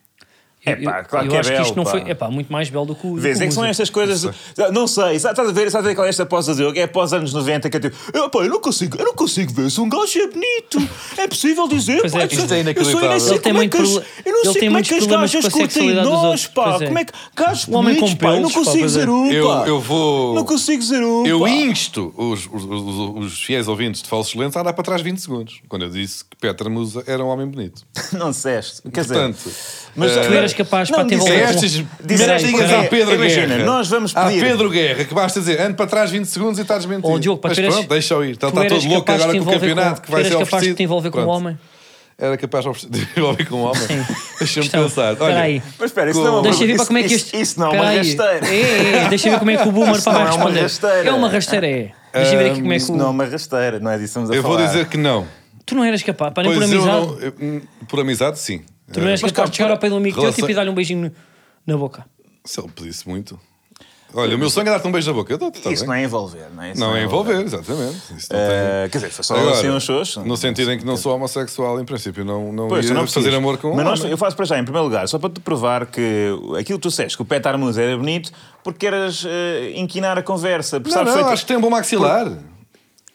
[SPEAKER 1] Eu-
[SPEAKER 3] É pá, claro
[SPEAKER 1] eu
[SPEAKER 3] que é
[SPEAKER 1] acho que isto
[SPEAKER 3] belo,
[SPEAKER 1] não foi.
[SPEAKER 3] pá.
[SPEAKER 1] É pá, muito mais belo do que o. do
[SPEAKER 3] Vês,
[SPEAKER 1] que o
[SPEAKER 3] é que são
[SPEAKER 1] Musa.
[SPEAKER 2] assim
[SPEAKER 3] estas coisas. Ah, Não sei, sabe- estás a ver, estás a ver qual é esta pós de jogo? É pós anos 90 que é tipo, "Eh, pá, eu não consigo, eu não consigo ver se um gajo é bonito. É possível dizer,
[SPEAKER 1] Pois
[SPEAKER 3] pá,
[SPEAKER 1] é,
[SPEAKER 3] eu
[SPEAKER 1] isto
[SPEAKER 2] é
[SPEAKER 3] sei- eu sou- eu nem
[SPEAKER 2] inacreditável.
[SPEAKER 3] sei
[SPEAKER 1] Ele tem
[SPEAKER 3] como é
[SPEAKER 1] muito
[SPEAKER 3] que as-
[SPEAKER 1] proble-
[SPEAKER 3] eu não
[SPEAKER 1] ele
[SPEAKER 3] sei
[SPEAKER 1] tem
[SPEAKER 3] como é
[SPEAKER 1] muitos
[SPEAKER 3] que as
[SPEAKER 1] problemas com
[SPEAKER 3] gajas
[SPEAKER 1] a
[SPEAKER 3] curtem
[SPEAKER 1] sexualidade dos
[SPEAKER 3] nós,
[SPEAKER 1] outros,
[SPEAKER 3] pá,
[SPEAKER 1] pois é.
[SPEAKER 3] como é que gajos
[SPEAKER 1] O homem
[SPEAKER 3] bonitos,
[SPEAKER 1] com
[SPEAKER 3] pá, eu não
[SPEAKER 1] pelos, pá,
[SPEAKER 3] consigo
[SPEAKER 1] pois é.
[SPEAKER 3] ser um,
[SPEAKER 2] Eu-
[SPEAKER 3] pá.
[SPEAKER 2] eu vou-
[SPEAKER 3] Não consigo ser um,
[SPEAKER 2] Eu
[SPEAKER 3] pá.
[SPEAKER 2] insto os, os, os, os fiéis ouvintes de falsos lentos a andar para trás 20 segundos, quando eu disse que Petra Musa era um homem bonito.
[SPEAKER 3] Não disseste, quer dizer...
[SPEAKER 2] Portanto,
[SPEAKER 3] mas,
[SPEAKER 1] Tu eras capaz, pá, ter
[SPEAKER 3] disseste-
[SPEAKER 2] É
[SPEAKER 1] voltado.
[SPEAKER 2] estas
[SPEAKER 3] Disseste,
[SPEAKER 2] merdinhas
[SPEAKER 3] porque-
[SPEAKER 2] à Pedro
[SPEAKER 3] imagina,
[SPEAKER 2] Guerra.
[SPEAKER 3] nós vamos
[SPEAKER 2] À
[SPEAKER 3] pedir-
[SPEAKER 2] Pedro Guerra, que basta dizer, ande para trás 20 segundos e estás mentindo.
[SPEAKER 1] Ó, Diogo, pá,
[SPEAKER 2] Mas
[SPEAKER 1] tu eras-
[SPEAKER 2] pronto, deixa-o ir. Então
[SPEAKER 1] tu
[SPEAKER 2] está
[SPEAKER 1] eras
[SPEAKER 2] todo louco
[SPEAKER 1] capaz de
[SPEAKER 2] agora
[SPEAKER 1] te
[SPEAKER 2] com o
[SPEAKER 1] envolver
[SPEAKER 2] campeonato
[SPEAKER 1] com-
[SPEAKER 2] que vai
[SPEAKER 1] tu
[SPEAKER 2] ser
[SPEAKER 1] eras capaz de
[SPEAKER 2] oferecido.
[SPEAKER 1] te envolver com um
[SPEAKER 2] Pronto.
[SPEAKER 1] homem.
[SPEAKER 2] Era capaz de oferecer- de envolver com um homem. Deixa-me
[SPEAKER 1] Questão.
[SPEAKER 2] pensar.
[SPEAKER 1] Espera aí.
[SPEAKER 2] Olha,
[SPEAKER 3] Mas espera, isso
[SPEAKER 2] Com-
[SPEAKER 3] não é uma
[SPEAKER 1] Deixa eu ver
[SPEAKER 3] pergunta,
[SPEAKER 1] para como é que
[SPEAKER 3] isso-
[SPEAKER 1] este.
[SPEAKER 3] Isso não é uma
[SPEAKER 1] Peraí.
[SPEAKER 3] rasteira.
[SPEAKER 1] É, é, deixa eu ver como é que o Boomer
[SPEAKER 3] Isso
[SPEAKER 1] pá, vai
[SPEAKER 3] não é uma
[SPEAKER 1] responder.
[SPEAKER 3] rasteira.
[SPEAKER 1] É uma rasteira, é. Deixa eu ver aqui como é que
[SPEAKER 3] Isso
[SPEAKER 1] o.
[SPEAKER 3] não é uma rasteira, não é disso que estamos a
[SPEAKER 2] eu vou
[SPEAKER 3] falar.
[SPEAKER 2] dizer que não.
[SPEAKER 1] Tu não eras capaz, pá, nem por
[SPEAKER 2] Pois eu
[SPEAKER 1] amizade.
[SPEAKER 2] não- eu- hum, Por amizade, sim. Eh,
[SPEAKER 1] Tu não eras
[SPEAKER 3] Mas,
[SPEAKER 1] capaz
[SPEAKER 3] cara,
[SPEAKER 1] de chegar ao pé de um amigo teu
[SPEAKER 2] relação-
[SPEAKER 1] tipo, e dar-lhe um beijinho no- na boca.
[SPEAKER 2] Se ele pedisse muito. Olha, o meu sonho é dar-te um beijo na boca. Eu dou-te, tá
[SPEAKER 3] Isso
[SPEAKER 2] bem?
[SPEAKER 3] não é envolver, não é? Isso
[SPEAKER 2] Não é envolver, exatamente. Isso não
[SPEAKER 3] Eh,
[SPEAKER 2] tem-
[SPEAKER 3] quer dizer, foi só
[SPEAKER 2] Agora,
[SPEAKER 3] assim um xoxo.
[SPEAKER 2] No sentido em que não sou homossexual, em princípio, não, não
[SPEAKER 3] Pois, tu
[SPEAKER 2] ia
[SPEAKER 3] não precisas.
[SPEAKER 2] fazer amor com um
[SPEAKER 3] Mas nós-
[SPEAKER 2] homem.
[SPEAKER 3] eu faço para já, em primeiro lugar, só para te provar que aquilo que tu disseste, que o Pet Armus era bonito, porque eras eh, inquinar a conversa. porque
[SPEAKER 2] Não,
[SPEAKER 3] sabes
[SPEAKER 2] não,
[SPEAKER 3] feito-
[SPEAKER 2] acho que tem um bom maxilar.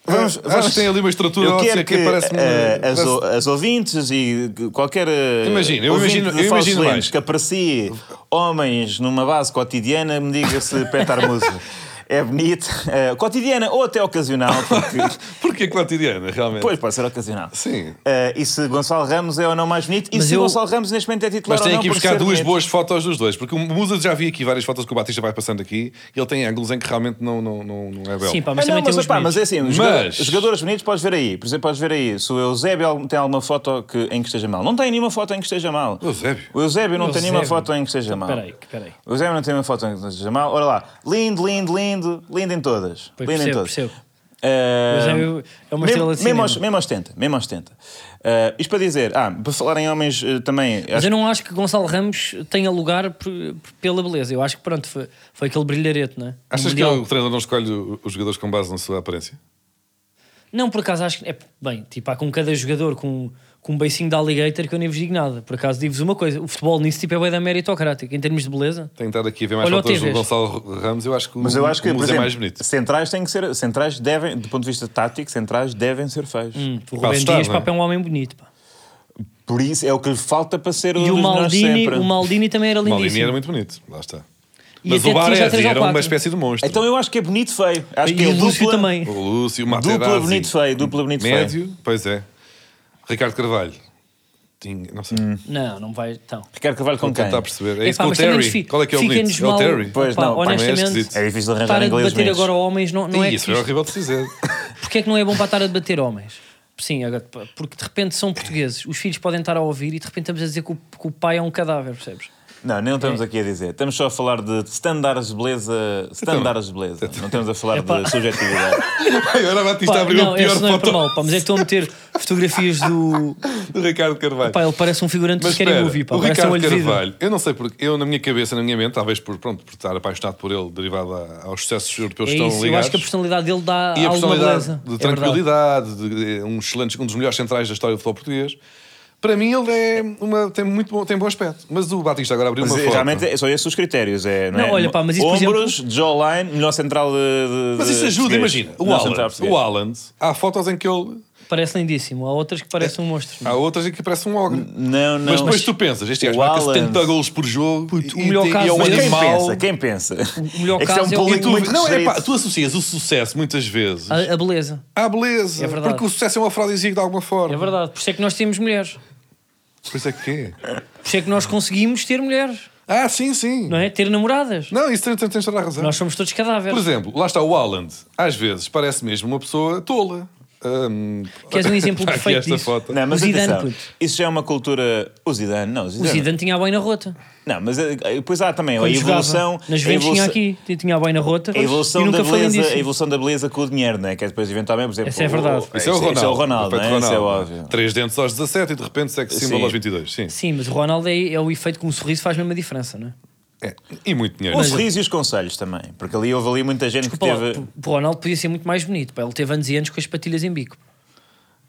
[SPEAKER 3] Vamos-
[SPEAKER 2] acho
[SPEAKER 3] vamos-
[SPEAKER 2] que tem ali uma estrutura
[SPEAKER 3] eu
[SPEAKER 2] óssea
[SPEAKER 3] quero
[SPEAKER 2] que,
[SPEAKER 3] que
[SPEAKER 2] parece-me.
[SPEAKER 3] eh, as,
[SPEAKER 2] parece-
[SPEAKER 3] o- as ouvintes e que qualquer eh,
[SPEAKER 2] Imagina, eu
[SPEAKER 3] ouvinte
[SPEAKER 2] imagino-
[SPEAKER 3] de
[SPEAKER 2] eu
[SPEAKER 3] Falsos
[SPEAKER 2] imagino
[SPEAKER 3] Lentos
[SPEAKER 2] mais.
[SPEAKER 3] que aprecie homens numa base cotidiana me diga se Pet Armus é bonito, eh, cotidiana ou até ocasional, porque
[SPEAKER 2] Porquê cotidiana, realmente?
[SPEAKER 3] Pois, pode ser ocasional.
[SPEAKER 2] Sim.
[SPEAKER 3] Eh, e se Gonçalo Ramos é ou não mais bonito? E
[SPEAKER 1] Mas
[SPEAKER 3] se
[SPEAKER 1] eu-
[SPEAKER 3] Gonçalo Ramos neste momento é titular
[SPEAKER 2] Mas tem
[SPEAKER 3] ou não?
[SPEAKER 2] aqui
[SPEAKER 3] por
[SPEAKER 2] buscar
[SPEAKER 3] ser
[SPEAKER 2] duas
[SPEAKER 3] bonito?
[SPEAKER 2] boas fotos dos dois, porque o Musa já vi aqui várias fotos que o Batista vai passando aqui e ele tem ângulos em que realmente não, não, não, não é belo.
[SPEAKER 1] Sim, pá,
[SPEAKER 3] Ah,
[SPEAKER 1] mas
[SPEAKER 3] não,
[SPEAKER 1] também
[SPEAKER 3] mas,
[SPEAKER 1] tem uns
[SPEAKER 3] opá, mas é
[SPEAKER 1] bonitos.
[SPEAKER 3] assim, os
[SPEAKER 2] Mas-
[SPEAKER 3] jogadores, jogadores bonitos podes ver aí. Por exemplo, podes ver aí se o Eusébio tem alguma foto que- em que esteja mal. Não tem nenhuma foto em que esteja mal.
[SPEAKER 2] O Eusébio?
[SPEAKER 3] O Eusébio não tem nenhuma
[SPEAKER 1] Eusébio.
[SPEAKER 3] foto em que esteja mal.
[SPEAKER 1] Espera aí, espera aí.
[SPEAKER 3] O Eusébio não tem nenhuma foto em que esteja mal. Olha lá, lindo, lindo, lindo, lindo em todas.
[SPEAKER 1] Pois,
[SPEAKER 3] lindo em
[SPEAKER 1] percebo,
[SPEAKER 3] todas.
[SPEAKER 1] percebo.
[SPEAKER 3] Eh,
[SPEAKER 1] Eusébio é uma estrela de
[SPEAKER 3] mesmo, mesmo,
[SPEAKER 1] cinema.
[SPEAKER 3] aos, mesmo aos 70, mesmo aos 70. Eh, isto para dizer, ah, para falar em homens eh, também,
[SPEAKER 1] Mas eu não acho que Gonçalo Ramos tenha lugar por- por- pela beleza. Eu acho que pronto, foi, foi aquele brilharete, não é?
[SPEAKER 2] Achas que
[SPEAKER 1] Mundial.
[SPEAKER 2] o treinador não escolhe o- os jogadores com base na sua aparência?
[SPEAKER 1] Não, por acaso acho que. É, bem, tipo, há com cada jogador com, com um beicinho de alligator que eu nem vos digo nada. Por acaso digo-vos uma coisa: o futebol nisso tipo, é bem da meritocrática. Em termos de beleza,
[SPEAKER 2] Tenho que estar aqui a ver mais
[SPEAKER 1] Olha o
[SPEAKER 2] fotos do
[SPEAKER 1] Tevez.
[SPEAKER 2] Gonçalo Ramos. Eu acho que o,
[SPEAKER 3] Mas eu acho que,
[SPEAKER 2] o
[SPEAKER 3] por
[SPEAKER 2] Musa
[SPEAKER 3] exemplo,
[SPEAKER 2] é mais bonito.
[SPEAKER 3] centrais têm que ser, centrais devem, do ponto de vista tático, centrais devem ser feios.
[SPEAKER 1] hum, o Rubem
[SPEAKER 2] assustado,
[SPEAKER 1] Dias
[SPEAKER 2] não é?
[SPEAKER 1] pá, é um homem bonito. Pá.
[SPEAKER 3] Por isso é o que lhe falta para ser um
[SPEAKER 1] E o
[SPEAKER 3] dos melhores
[SPEAKER 1] Maldini,
[SPEAKER 3] sempre.
[SPEAKER 1] o Maldini também era
[SPEAKER 2] O Maldini
[SPEAKER 1] lindíssimo.
[SPEAKER 2] era muito bonito, lá está.
[SPEAKER 1] E
[SPEAKER 2] Mas
[SPEAKER 1] até
[SPEAKER 2] o
[SPEAKER 1] tinha já
[SPEAKER 2] Baresi
[SPEAKER 1] três ou
[SPEAKER 2] era uma
[SPEAKER 1] quatro.
[SPEAKER 2] espécie de monstro.
[SPEAKER 3] Então eu acho que é bonito feio. Acho que
[SPEAKER 1] E
[SPEAKER 3] é
[SPEAKER 1] o Lúcio
[SPEAKER 3] dupla-
[SPEAKER 1] também.
[SPEAKER 2] o Lúcio, o
[SPEAKER 3] Dupla
[SPEAKER 2] Materazzi.
[SPEAKER 3] bonito feio, dupla bonito feio.
[SPEAKER 2] Médio, pois é. Ricardo Carvalho. Tinha, não sei.
[SPEAKER 1] Não, não vai. Então.
[SPEAKER 3] Ricardo Carvalho com Hum, quem?
[SPEAKER 2] Tentar perceber.
[SPEAKER 1] Epá,
[SPEAKER 2] É isso com o
[SPEAKER 1] mas também nos
[SPEAKER 2] Terry.
[SPEAKER 1] fi-
[SPEAKER 2] Qual é que é o
[SPEAKER 1] fica-nos
[SPEAKER 2] bonito? É o
[SPEAKER 1] mal-
[SPEAKER 2] Terry.
[SPEAKER 3] Pois
[SPEAKER 1] Pá,
[SPEAKER 3] não, pá,
[SPEAKER 2] não é
[SPEAKER 1] honestamente,
[SPEAKER 2] esquisito.
[SPEAKER 3] É difícil arranjar
[SPEAKER 1] estar a
[SPEAKER 3] inglês
[SPEAKER 1] debater
[SPEAKER 3] mesmo.
[SPEAKER 1] agora homens não, não é
[SPEAKER 2] Ih, isso
[SPEAKER 1] fixe.
[SPEAKER 2] é horrível de dizer.
[SPEAKER 1] Porque é que não é bom para estar a debater homens? Sim, agora, pá, porque de repente são portugueses, os filhos podem estar a ouvir e de repente estamos a dizer que o, que o pai é um cadáver, percebes?
[SPEAKER 3] Não, nem estamos aqui a dizer. Estamos só a falar de standards de beleza. Standards de beleza. Não estamos a falar
[SPEAKER 1] Epá.
[SPEAKER 3] de subjetividade.
[SPEAKER 2] Agora vai-te isto
[SPEAKER 1] Pá,
[SPEAKER 2] abrir o
[SPEAKER 1] não,
[SPEAKER 2] pior
[SPEAKER 1] esse não é para
[SPEAKER 2] foto
[SPEAKER 1] mal, pá, mas é que estão a meter fotografias do.
[SPEAKER 2] do Ricardo Carvalho.
[SPEAKER 1] Pá, ele parece um figurante do
[SPEAKER 2] Mas
[SPEAKER 1] Scary
[SPEAKER 2] espera,
[SPEAKER 1] Movie, pá,
[SPEAKER 2] o
[SPEAKER 1] parece um
[SPEAKER 2] Ricardo
[SPEAKER 1] olho de vidro.
[SPEAKER 2] Carvalho, eu não sei porque, eu na minha cabeça, na minha mente, talvez por, pronto, por estar apaixonado por ele, derivado a- aos sucessos europeus
[SPEAKER 1] É
[SPEAKER 2] que estão
[SPEAKER 1] isso, eu
[SPEAKER 2] ligados.
[SPEAKER 1] acho que a personalidade dele dá
[SPEAKER 2] e a
[SPEAKER 1] alguma
[SPEAKER 2] personalidade
[SPEAKER 1] beleza.
[SPEAKER 2] de
[SPEAKER 1] É verdade.
[SPEAKER 2] tranquilidade, de- de- um, excelente, um dos melhores centrais da história do futebol português. Para mim, ele é uma, tem muito bom, tem bom aspecto. Mas o Batista agora abriu
[SPEAKER 3] Mas
[SPEAKER 2] uma
[SPEAKER 3] é,
[SPEAKER 2] foto.
[SPEAKER 3] realmente é- são esses os critérios. É,
[SPEAKER 1] Não,
[SPEAKER 3] é?
[SPEAKER 1] olha, pá, mas isso, por
[SPEAKER 3] Ombros, jawline, melhor central de. de-
[SPEAKER 2] Mas isso
[SPEAKER 3] de
[SPEAKER 2] ajuda,
[SPEAKER 3] português.
[SPEAKER 2] imagina. O
[SPEAKER 3] Melhor central
[SPEAKER 2] Haaland,
[SPEAKER 3] português.
[SPEAKER 2] o Haaland, há fotos em que ele.
[SPEAKER 1] Parece lindíssimo. Há outras que parece um monstro.
[SPEAKER 2] Há outras em que parece um ogre.
[SPEAKER 3] Não, não.
[SPEAKER 2] mas depois tu pensas, este gajo
[SPEAKER 3] o
[SPEAKER 2] marca
[SPEAKER 3] Haaland-
[SPEAKER 2] 70 golos por jogo
[SPEAKER 1] Puto, o
[SPEAKER 2] e,
[SPEAKER 1] melhor
[SPEAKER 2] tem- e é
[SPEAKER 1] caso
[SPEAKER 2] um
[SPEAKER 3] Mas
[SPEAKER 1] é esse.
[SPEAKER 3] quem
[SPEAKER 2] animal.
[SPEAKER 3] pensa? Quem pensa?
[SPEAKER 1] O melhor
[SPEAKER 3] é que isso é um
[SPEAKER 1] caso é o-
[SPEAKER 2] E
[SPEAKER 3] público
[SPEAKER 2] tu,
[SPEAKER 3] muito
[SPEAKER 2] não, é pá,
[SPEAKER 3] restrito.
[SPEAKER 2] tu associas o sucesso muitas vezes
[SPEAKER 1] A, a beleza.
[SPEAKER 2] à beleza.
[SPEAKER 1] É verdade.
[SPEAKER 2] porque o sucesso é um afrodisíaco de alguma forma.
[SPEAKER 1] É verdade. Por isso é que nós temos mulheres.
[SPEAKER 2] Por isso é que é.
[SPEAKER 1] Por isso é que nós conseguimos ter mulheres.
[SPEAKER 2] Ah, sim, sim.
[SPEAKER 1] Não
[SPEAKER 2] Não,
[SPEAKER 1] é? Ter namoradas.
[SPEAKER 2] isso tens, tens toda a razão.
[SPEAKER 1] Nós somos todos
[SPEAKER 2] Por
[SPEAKER 1] cadáveres.
[SPEAKER 2] exemplo, lá está o Haaland. Às vezes parece mesmo uma pessoa tola. Hum,
[SPEAKER 1] Queres um exemplo
[SPEAKER 2] aqui
[SPEAKER 1] perfeito
[SPEAKER 2] esta
[SPEAKER 1] disso?
[SPEAKER 2] foto.
[SPEAKER 3] Não, mas
[SPEAKER 1] O Zidane,
[SPEAKER 3] atenção,
[SPEAKER 1] puto.
[SPEAKER 3] isso já é uma cultura. O Zidane, não, o
[SPEAKER 1] O
[SPEAKER 3] Zidane.
[SPEAKER 1] Zidane tinha a boina rota.
[SPEAKER 3] Não, mas eh, depois há também a
[SPEAKER 1] Quando jogava.
[SPEAKER 3] evolução.
[SPEAKER 1] Nas
[SPEAKER 3] a
[SPEAKER 1] Juventus
[SPEAKER 3] evolução-
[SPEAKER 1] tinha aqui. Tinha- Tinha a boina rota.
[SPEAKER 3] A evolução,
[SPEAKER 1] e nunca
[SPEAKER 3] da
[SPEAKER 1] foi um
[SPEAKER 3] beleza, a
[SPEAKER 1] lindíssimo.
[SPEAKER 3] evolução da beleza com o dinheiro, não é? Que é depois eventualmente, por exemplo,
[SPEAKER 1] Essa é verdade.
[SPEAKER 3] o-
[SPEAKER 2] Isso é o Ronaldo.
[SPEAKER 3] Isso é o Ronaldo, não
[SPEAKER 2] efeito
[SPEAKER 3] é? Isso é
[SPEAKER 2] Ronaldo.
[SPEAKER 3] óbvio.
[SPEAKER 2] Três dentes aos 17 e de repente segue símbolo
[SPEAKER 3] Sim.
[SPEAKER 2] aos 22. Sim.
[SPEAKER 1] Sim, mas o Ronaldo é, é o efeito que um sorriso faz mesmo a diferença, não é?
[SPEAKER 2] É. E muito dinheiro.
[SPEAKER 3] O sorriso e os conselhos também, porque ali houve ali muita gente
[SPEAKER 1] Pá,
[SPEAKER 3] que teve.
[SPEAKER 1] o- O Ronaldo podia ser muito mais bonito. Pá. Ele teve anos e anos com as patilhas em bico.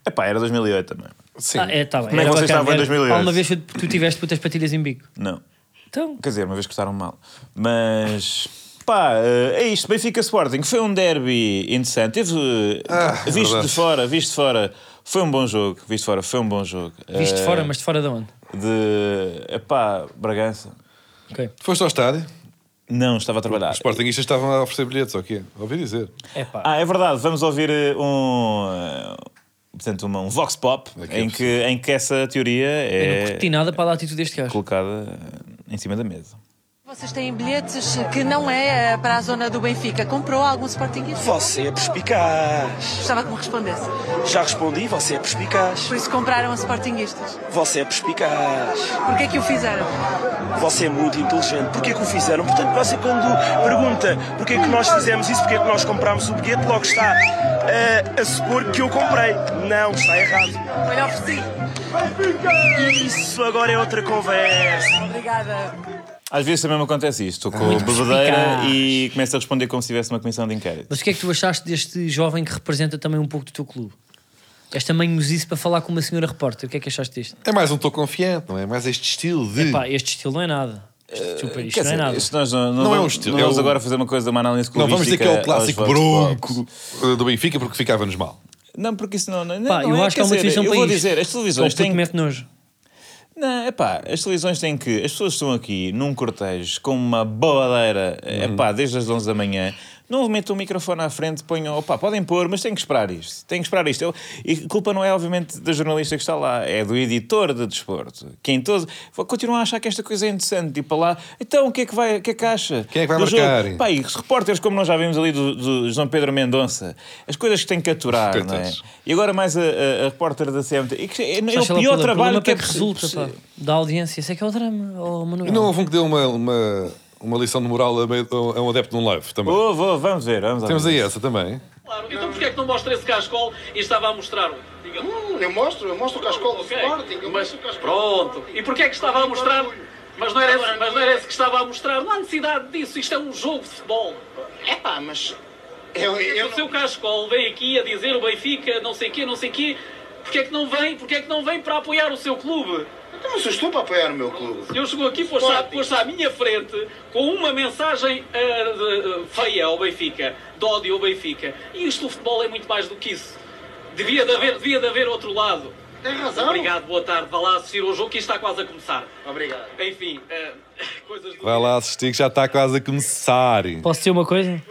[SPEAKER 3] Epá, era 2008 também.
[SPEAKER 2] Sim.
[SPEAKER 1] Ah, é, tá bem.
[SPEAKER 3] Como é
[SPEAKER 1] Era
[SPEAKER 3] que vocês
[SPEAKER 1] bacana.
[SPEAKER 3] estavam em
[SPEAKER 1] Era-
[SPEAKER 3] 2008?
[SPEAKER 1] Alguma vez tu tu tiveste putas patilhas em bico?
[SPEAKER 3] Não.
[SPEAKER 1] Então,
[SPEAKER 3] Quer dizer, uma vez cortaram mal. Mas. Pá, eh, é isto. Benfica Sporting foi um derby interessante. Teve. eh,
[SPEAKER 2] Ah,
[SPEAKER 3] visto
[SPEAKER 2] verdade.
[SPEAKER 3] de fora, visto de fora. Foi um bom jogo. Visto de fora, foi um bom jogo.
[SPEAKER 1] viste de
[SPEAKER 3] Eh,
[SPEAKER 1] fora, mas de fora de onde?
[SPEAKER 3] De. Epá, Bragança.
[SPEAKER 1] Ok.
[SPEAKER 2] Foste ao estádio?
[SPEAKER 3] Não, estava a trabalhar.
[SPEAKER 2] Os sportinguistas estavam a oferecer bilhetes, ou o quê? Ouvi dizer.
[SPEAKER 1] É pá.
[SPEAKER 3] Ah, é verdade. Vamos ouvir eh, um. eh, Portanto, uma- um vox pop
[SPEAKER 2] Daqui a
[SPEAKER 3] em que, em que essa teoria
[SPEAKER 1] Eu não curti
[SPEAKER 3] é
[SPEAKER 1] nada para a atitude deste gajo.
[SPEAKER 3] colocada eh, em cima da mesa.
[SPEAKER 4] Vocês têm bilhetes que não é eh, para a zona do Benfica. Comprou algum Sportingista?
[SPEAKER 5] Você é perspicaz.
[SPEAKER 4] Gostava que me respondesse.
[SPEAKER 5] Já respondi, você é perspicaz.
[SPEAKER 4] Por isso compraram a Sportingistas.
[SPEAKER 5] Você é perspicaz.
[SPEAKER 4] Porquê que o fizeram?
[SPEAKER 5] Você é muito inteligente. Porquê que o fizeram? Portanto, você quando pergunta porquê que nós fizemos isso, porquê que nós comprámos o bilhete, logo está eh, a supor que eu comprei. Não, está errado.
[SPEAKER 4] Olha, ofereci.
[SPEAKER 5] Isso agora é outra conversa.
[SPEAKER 4] Obrigada.
[SPEAKER 3] Às vezes também me acontece isto. Estou com a bebedeira e começo a responder como se tivesse uma comissão de inquérito.
[SPEAKER 1] Mas o que é que tu achaste deste jovem que representa também um pouco do teu clube? Esta manhosice para falar com uma senhora repórter, o que é que achaste disto?
[SPEAKER 2] É mais um estou confiante, não é? Mais este estilo de.
[SPEAKER 1] Pá, este estilo não é nada. Isto, tipo, isto
[SPEAKER 3] Eh, Quer
[SPEAKER 1] não é
[SPEAKER 3] dizer,
[SPEAKER 1] nada.
[SPEAKER 3] isto nós não,
[SPEAKER 2] Não é um
[SPEAKER 3] vamos-
[SPEAKER 2] estilo,
[SPEAKER 3] não
[SPEAKER 2] é
[SPEAKER 3] vamos
[SPEAKER 2] um-
[SPEAKER 3] agora fazer uma coisa, uma análise
[SPEAKER 2] não vamos dizer que é o
[SPEAKER 3] clubística aos
[SPEAKER 2] clássico
[SPEAKER 3] Vox
[SPEAKER 2] bronco
[SPEAKER 3] Pops.
[SPEAKER 2] eh, do Benfica porque ficava nos mal.
[SPEAKER 3] Não, porque isso não. não,
[SPEAKER 1] Pá,
[SPEAKER 3] não
[SPEAKER 1] eu
[SPEAKER 3] é,
[SPEAKER 1] acho que
[SPEAKER 3] quer
[SPEAKER 1] há uma
[SPEAKER 3] dizer,
[SPEAKER 1] televisão
[SPEAKER 3] Eu
[SPEAKER 1] para
[SPEAKER 3] vou
[SPEAKER 1] isto.
[SPEAKER 3] dizer, as televisões
[SPEAKER 1] Só o puto
[SPEAKER 3] têm.
[SPEAKER 1] mete nojo.
[SPEAKER 3] Não, é pá, as televisões têm que. As pessoas estão aqui num cortejo com uma babadeira, é
[SPEAKER 2] Uhum.
[SPEAKER 3] pá, desde as 11 da manhã. Não metam o microfone à frente, ponham. Opá, podem pôr, mas têm que esperar isto. Têm que esperar isto. Eu- e a culpa não é, obviamente, da jornalista que está lá, é do editor de desporto. Que em todo. vou- Continuam a achar que esta coisa é interessante. Tipo lá, então o que é que, vai, o que, é que acha?
[SPEAKER 2] Quem é que vai
[SPEAKER 3] do jogo?
[SPEAKER 2] marcar?
[SPEAKER 3] Pá, e os repórteres, como nós já vimos ali do, do João Pedro Mendonça, as coisas que têm que aturar, não é?
[SPEAKER 2] Coitados.
[SPEAKER 3] E agora mais a, a- a repórter da CMT. E que- é, é
[SPEAKER 1] Sabes
[SPEAKER 3] o
[SPEAKER 1] lá,
[SPEAKER 3] pior
[SPEAKER 1] Pedro,
[SPEAKER 3] trabalho
[SPEAKER 1] problema
[SPEAKER 3] que é
[SPEAKER 1] que
[SPEAKER 3] possi-
[SPEAKER 1] resulta pá, da audiência. Isso é que é o drama, ó
[SPEAKER 2] E
[SPEAKER 1] Manuel.
[SPEAKER 2] não houve um que deu uma, uma, uma lição de moral a, meio- a um adepto de um live também.
[SPEAKER 3] Vou, vou, vamos ver, vamos lá
[SPEAKER 2] Temos
[SPEAKER 3] ver.
[SPEAKER 2] aí essa também.
[SPEAKER 6] Claro, então porquê é que não mostra esse cascol e estava a mostrar um? Diga-me.
[SPEAKER 7] Hum, eu mostro, eu mostro o cascola do
[SPEAKER 6] Ok,
[SPEAKER 7] Sporting. Eu
[SPEAKER 6] mas
[SPEAKER 7] mostro o cascola do
[SPEAKER 6] pronto.
[SPEAKER 7] Sporting.
[SPEAKER 6] E porquê é que estava a mostrar? Mas não, era esse, mas não era esse que estava a mostrar. Não há necessidade disso, isto é um jogo de futebol.
[SPEAKER 7] Epá, mas... Eu,
[SPEAKER 6] Porquê é que
[SPEAKER 7] eu
[SPEAKER 6] o seu
[SPEAKER 7] não...
[SPEAKER 6] cascol vem aqui a dizer o Benfica, não sei quê, não sei quê. Porquê é que não vem? Porquê é que não vem para apoiar o seu clube?
[SPEAKER 7] Então, mas eu estou para apoiar o meu clube.
[SPEAKER 6] Eu chegou aqui, foste à, foste à minha frente com uma mensagem ah, de- feia ao Benfica, de ódio ao Benfica. E isto, o futebol é muito mais do que isso. Devia de haver, devia de haver outro lado.
[SPEAKER 7] Tem razão.
[SPEAKER 6] Obrigado, boa tarde. Vá lá assistir ao jogo que isto está quase a começar.
[SPEAKER 7] Obrigado.
[SPEAKER 6] Enfim, eh, coisas do
[SPEAKER 2] Vai lá assistir que já está quase a começar.
[SPEAKER 1] Posso dizer uma coisa?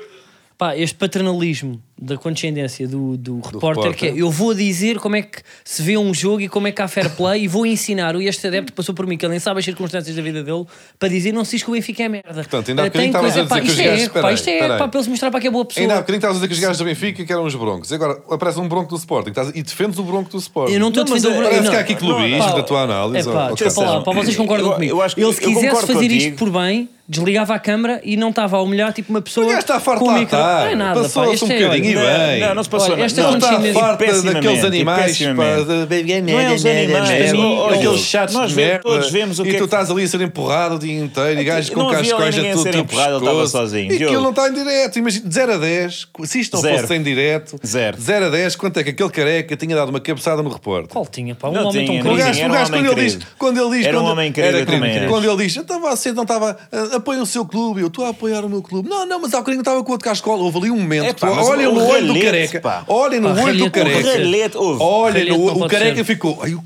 [SPEAKER 1] Pá, este paternalismo da condescendência do, do, repórter,
[SPEAKER 2] repórter.
[SPEAKER 1] que é, eu vou dizer como é que se vê um jogo e como é que há fair play e vou ensinar. O este adepto passou por mim, que ele nem sabe as circunstâncias da vida dele, para dizer não se diz que o Benfica é merda.
[SPEAKER 2] Portanto, ainda há
[SPEAKER 1] Eh, tem
[SPEAKER 2] bocadinho estavas a
[SPEAKER 1] coisa- pá,
[SPEAKER 2] dizer que os
[SPEAKER 1] isto é
[SPEAKER 2] gajos-
[SPEAKER 1] erro, pá,
[SPEAKER 2] peraí,
[SPEAKER 1] Isto é erro,
[SPEAKER 2] peraí.
[SPEAKER 1] pá, para eles mostrar para que é boa pessoa.
[SPEAKER 2] Ainda há bocadinho estavas a dizer que os gajos do Benfica que eram os broncos. E agora aparece um bronco do Sporting estás- e defendes o bronco do Sporting.
[SPEAKER 1] Eu não estou a
[SPEAKER 3] Não, mas
[SPEAKER 1] defender o
[SPEAKER 3] é-
[SPEAKER 1] Bruno.
[SPEAKER 2] Parece
[SPEAKER 1] não.
[SPEAKER 2] que há aqui clubismo
[SPEAKER 1] Pá,
[SPEAKER 2] da tua análise.
[SPEAKER 1] É pá,
[SPEAKER 2] Oh,
[SPEAKER 1] desculpa
[SPEAKER 2] Carlos.
[SPEAKER 1] lá, pá, vocês concordam
[SPEAKER 3] Eu-
[SPEAKER 1] comigo.
[SPEAKER 3] eu acho que-
[SPEAKER 1] Ele, se
[SPEAKER 3] eu
[SPEAKER 1] quisesse
[SPEAKER 3] concordo
[SPEAKER 1] fazer isto
[SPEAKER 3] contigo.
[SPEAKER 1] por bem, desligava a câmara e não estava a humilhar tipo uma pessoa.
[SPEAKER 2] O gajo está farto
[SPEAKER 1] com um
[SPEAKER 2] lá,
[SPEAKER 1] micro...
[SPEAKER 2] tá.
[SPEAKER 1] Não é nada, pá.
[SPEAKER 2] Passou-se
[SPEAKER 1] Este
[SPEAKER 2] um
[SPEAKER 1] é,
[SPEAKER 2] bocadinho e
[SPEAKER 1] olha,
[SPEAKER 2] bem.
[SPEAKER 3] Não, não, não se passou
[SPEAKER 1] Olha, esta
[SPEAKER 3] nada.
[SPEAKER 1] é
[SPEAKER 2] Não
[SPEAKER 1] um
[SPEAKER 3] Não, tá
[SPEAKER 2] está
[SPEAKER 1] chinês-
[SPEAKER 2] farta
[SPEAKER 3] pessimamente,
[SPEAKER 2] daqueles
[SPEAKER 3] e
[SPEAKER 2] animais, pá.
[SPEAKER 3] pessimamente.
[SPEAKER 2] de-
[SPEAKER 3] Não é os animais,
[SPEAKER 2] Merda,
[SPEAKER 3] sim, olha,
[SPEAKER 2] Aqueles chatos
[SPEAKER 3] nós
[SPEAKER 2] de
[SPEAKER 3] vemos-
[SPEAKER 2] merda.
[SPEAKER 3] todos vemos o
[SPEAKER 2] e
[SPEAKER 3] que é
[SPEAKER 2] tu
[SPEAKER 3] que-
[SPEAKER 2] estás ali a ser empurrado o dia inteiro e gajo com
[SPEAKER 3] não havia
[SPEAKER 2] cascóis
[SPEAKER 3] ninguém
[SPEAKER 2] a
[SPEAKER 3] a
[SPEAKER 2] tudo
[SPEAKER 3] ser
[SPEAKER 2] tipo
[SPEAKER 3] empurrado, ele estava sozinho.
[SPEAKER 2] E aquilo
[SPEAKER 3] Diogo.
[SPEAKER 2] não está em direto. Imagina, de 0 a 10. Se isto não
[SPEAKER 3] Zero.
[SPEAKER 2] fosse em direto,
[SPEAKER 3] Zero.
[SPEAKER 2] de 0 a 10, quanto é que aquele careca tinha dado uma cabeçada no repórter?
[SPEAKER 1] Qual tinha, pá? Um
[SPEAKER 3] Não
[SPEAKER 1] homem
[SPEAKER 3] tinha,
[SPEAKER 1] tão
[SPEAKER 2] O
[SPEAKER 3] não
[SPEAKER 1] querido.
[SPEAKER 3] tinha.
[SPEAKER 2] gajo,
[SPEAKER 3] Era
[SPEAKER 2] o
[SPEAKER 3] um
[SPEAKER 2] gajo quando,
[SPEAKER 3] homem
[SPEAKER 2] ele diz,
[SPEAKER 3] querido.
[SPEAKER 2] quando ele diz.
[SPEAKER 3] Era um
[SPEAKER 2] quando-
[SPEAKER 3] homem querido, eu também acho.
[SPEAKER 2] Quando ele diz, então você não estava. ah, Apoiam o seu clube, eu estou a apoiar o meu clube. Não, não, mas há bocadinho eu estava com outro cascola. Houve ali um momento.
[SPEAKER 3] É,
[SPEAKER 2] que
[SPEAKER 3] pá,
[SPEAKER 2] tu-
[SPEAKER 3] mas
[SPEAKER 2] olha
[SPEAKER 3] o
[SPEAKER 2] no olho do
[SPEAKER 3] ralhete,
[SPEAKER 2] careca.
[SPEAKER 3] pá.
[SPEAKER 2] Olha
[SPEAKER 1] Pá,
[SPEAKER 2] no olho do
[SPEAKER 1] ralhete, o
[SPEAKER 3] O
[SPEAKER 2] careca.
[SPEAKER 3] ralhete, houve.
[SPEAKER 2] Olha,
[SPEAKER 1] Ralhete
[SPEAKER 2] no-
[SPEAKER 1] não
[SPEAKER 2] o
[SPEAKER 1] pode
[SPEAKER 2] careca
[SPEAKER 1] ser.
[SPEAKER 2] ficou. Ai, o c...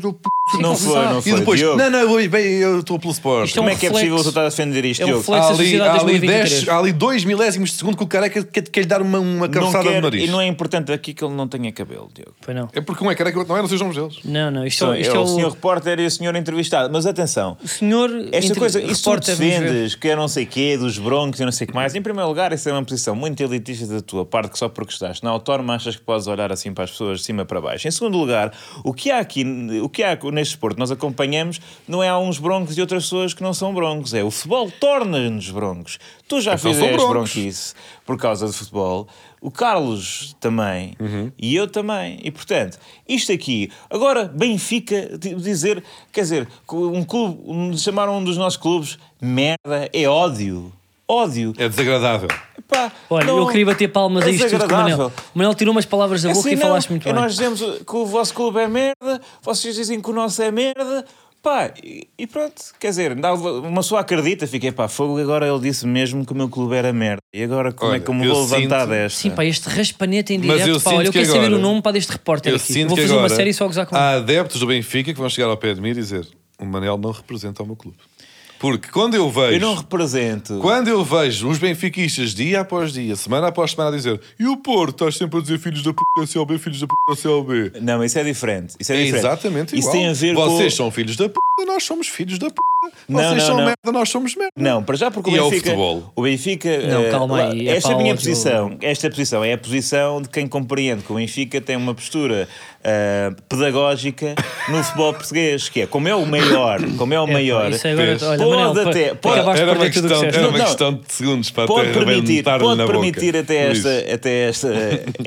[SPEAKER 2] do p...
[SPEAKER 3] Não foi, não foi.
[SPEAKER 2] E depois,
[SPEAKER 3] Diogo,
[SPEAKER 2] não, não, eu- bem, eu estou pelo Sport.
[SPEAKER 1] Isto é um
[SPEAKER 3] como é que é
[SPEAKER 1] reflexo.
[SPEAKER 3] possível tu estar a defender isto,
[SPEAKER 1] É um
[SPEAKER 3] Diogo?
[SPEAKER 1] reflexo. Flex da sociedade
[SPEAKER 2] há ali
[SPEAKER 1] 2023.
[SPEAKER 2] dez- há ali dois milésimos de segundo que o careca quer, quer lhe dar uma, uma
[SPEAKER 3] Não
[SPEAKER 2] cabeçada no
[SPEAKER 3] quero-
[SPEAKER 2] nariz.
[SPEAKER 3] e não é importante aqui que ele não tenha cabelo, Diogo.
[SPEAKER 1] Pois não.
[SPEAKER 2] É porque um é careca e o outro não é, não sejam deles.
[SPEAKER 1] Não, não, isto,
[SPEAKER 3] São-
[SPEAKER 1] é- isto
[SPEAKER 3] é
[SPEAKER 1] é
[SPEAKER 3] o senhor
[SPEAKER 1] o
[SPEAKER 3] repórter e o senhor entrevistado. Mas atenção,
[SPEAKER 1] senhor.
[SPEAKER 3] Esta
[SPEAKER 1] entre-
[SPEAKER 3] coisa, isso tu
[SPEAKER 1] repórter, vamos ver.
[SPEAKER 3] defendes que é não sei quê, dos broncos e não sei o que mais. Em primeiro lugar, essa é uma posição muito elitista da tua parte, que só porque estás na autónoma achas que podes olhar assim para as pessoas de cima para baixo. Em segundo lugar, o que há aqui, o que há neste esporte que nós acompanhamos, não é há uns broncos e outras pessoas que não são broncos. É o futebol torna-nos broncos. Tu já
[SPEAKER 2] Então são
[SPEAKER 3] fizeste
[SPEAKER 2] broncos.
[SPEAKER 3] bronquice por causa do futebol. O Carlos também. E eu também. E portanto, isto aqui. Agora, Benfica di- dizer, quer dizer, que um clube, um- chamaram um dos nossos clubes merda, é ódio. Ódio.
[SPEAKER 2] É desagradável.
[SPEAKER 3] Pá,
[SPEAKER 1] Olha,
[SPEAKER 3] não-
[SPEAKER 1] eu queria bater palmas a
[SPEAKER 3] é
[SPEAKER 1] isto tudo que o
[SPEAKER 3] desagradável.
[SPEAKER 1] Manel. O Manel tirou umas palavras da
[SPEAKER 3] É
[SPEAKER 1] boca
[SPEAKER 3] assim,
[SPEAKER 1] e falaste muito
[SPEAKER 3] é
[SPEAKER 1] bem.
[SPEAKER 3] Nós dizemos que o vosso clube é merda, vocês dizem que o nosso é merda, pá, e, e pronto, quer dizer, dá- uma pessoa acredita, fiquei pá, fogo, agora ele disse mesmo que o meu clube era merda, e agora como
[SPEAKER 2] Olha,
[SPEAKER 3] é que eu me
[SPEAKER 2] eu
[SPEAKER 3] vou levantar
[SPEAKER 2] sinto-
[SPEAKER 3] desta?
[SPEAKER 1] Sim, pá, este raspanete em
[SPEAKER 2] Mas eu
[SPEAKER 1] direto, pá,
[SPEAKER 2] sinto
[SPEAKER 1] olha, eu
[SPEAKER 2] que
[SPEAKER 1] quero saber
[SPEAKER 2] agora-
[SPEAKER 1] o nome para deste repórter
[SPEAKER 2] Eu
[SPEAKER 1] aqui.
[SPEAKER 2] sinto
[SPEAKER 1] Vou
[SPEAKER 2] que
[SPEAKER 1] fazer
[SPEAKER 2] agora
[SPEAKER 1] uma série só a gozar com
[SPEAKER 3] Ah,
[SPEAKER 2] há adeptos do Benfica que vão chegar ao pé de mim e dizer o Manel não representa o meu clube. Porque quando eu vejo...
[SPEAKER 3] Eu não represento.
[SPEAKER 2] Quando eu vejo os benfiquistas dia após dia, semana após semana, a dizer e o Porto, estás sempre a dizer filhos da p*** CLB, filhos da p*** CLB.
[SPEAKER 3] Não, isso é diferente. Isso é,
[SPEAKER 2] É
[SPEAKER 3] diferente.
[SPEAKER 2] exatamente
[SPEAKER 3] Isso
[SPEAKER 2] igual.
[SPEAKER 3] tem a ver
[SPEAKER 2] Vocês
[SPEAKER 3] com...
[SPEAKER 2] são filhos da p***, nós somos filhos da p***.
[SPEAKER 3] Não,
[SPEAKER 2] Vocês
[SPEAKER 3] não,
[SPEAKER 2] são
[SPEAKER 3] não.
[SPEAKER 2] merda, nós somos merda.
[SPEAKER 3] Não, para já porque o
[SPEAKER 2] E ao
[SPEAKER 3] Benfica.
[SPEAKER 2] futebol?
[SPEAKER 3] O Benfica.
[SPEAKER 1] Não,
[SPEAKER 3] eh,
[SPEAKER 1] calma
[SPEAKER 3] lá-
[SPEAKER 1] aí, é
[SPEAKER 3] Esta é a
[SPEAKER 1] para
[SPEAKER 3] minha
[SPEAKER 1] ódio.
[SPEAKER 3] posição. Esta posição é a posição de quem compreende que o Benfica tem uma postura eh, pedagógica no futebol português, que é como é o maior, como é o
[SPEAKER 1] É, pá,
[SPEAKER 3] maior. é,
[SPEAKER 1] isso agora,
[SPEAKER 2] Fez.
[SPEAKER 1] olha,
[SPEAKER 3] Pode
[SPEAKER 1] Manel, pa-
[SPEAKER 3] até- pode-
[SPEAKER 1] acabaste de
[SPEAKER 2] Era uma,
[SPEAKER 1] perder tudo o que
[SPEAKER 2] questão,
[SPEAKER 1] disseste.
[SPEAKER 2] era
[SPEAKER 3] Não,
[SPEAKER 2] uma
[SPEAKER 3] não.
[SPEAKER 2] questão de segundos para
[SPEAKER 3] Pode
[SPEAKER 2] até
[SPEAKER 3] permitir,
[SPEAKER 2] rebentar-lhe
[SPEAKER 3] pode
[SPEAKER 2] na boca.
[SPEAKER 3] permitir até,
[SPEAKER 2] Luís.
[SPEAKER 3] esta, até esta,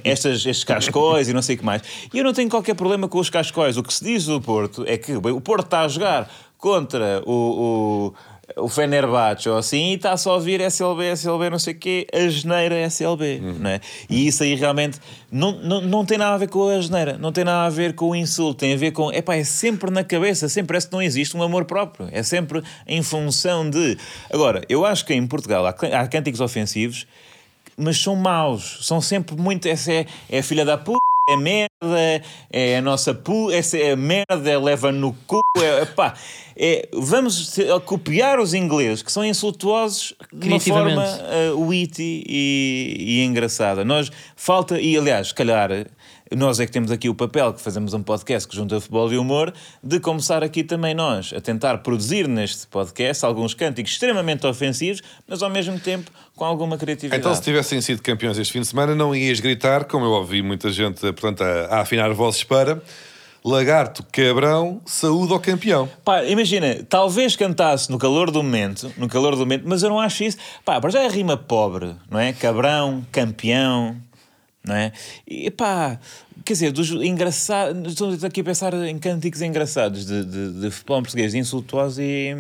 [SPEAKER 3] estas, estes cascóis e não sei o que mais. E eu não tenho qualquer problema com os cascóis. O que se diz do Porto é que bem, o Porto está a jogar contra o, o, o Fenerbahçe ou assim e está só a ouvir SLB, SLB, não sei o quê, a geneira SLB. Não é? E isso aí realmente não, não, não tem nada a ver com a geneira, não tem nada a ver com o insulto, tem a ver com. Epá, é sempre na cabeça, sempre parece que não existe um amor próprio. É sempre em função de. Agora, eu acho que em Portugal há clã- há cânticos ofensivos mas são maus, são sempre muito. Essa é, é a filha da puta, é merda, é a nossa puta, essa é a merda, leva no cu, é, pá. É, vamos se- copiar os ingleses, que são insultuosos de uma
[SPEAKER 1] Criativamente.
[SPEAKER 3] forma uh, witty e, e é engraçada. Nós falta, e aliás, se calhar. Nós é que temos aqui o papel, que fazemos um podcast que junta futebol e humor, de começar aqui também nós a tentar produzir neste podcast alguns cânticos extremamente ofensivos, mas ao mesmo tempo com alguma criatividade.
[SPEAKER 2] Então, se tivessem sido campeões este fim de semana, não ias gritar, como eu ouvi muita gente portanto, a, a afinar vozes para Lagarto, cabrão, saúde ao campeão.
[SPEAKER 3] Pá, imagina, talvez cantasse no calor do momento, no calor do momento, mas eu não acho isso. Pá, para já é rima pobre, não é? Cabrão, campeão, não é? E pá, quer dizer, dos engraçados. Estou aqui a pensar em cânticos engraçados de, de, de futebol português, de insultuosos e.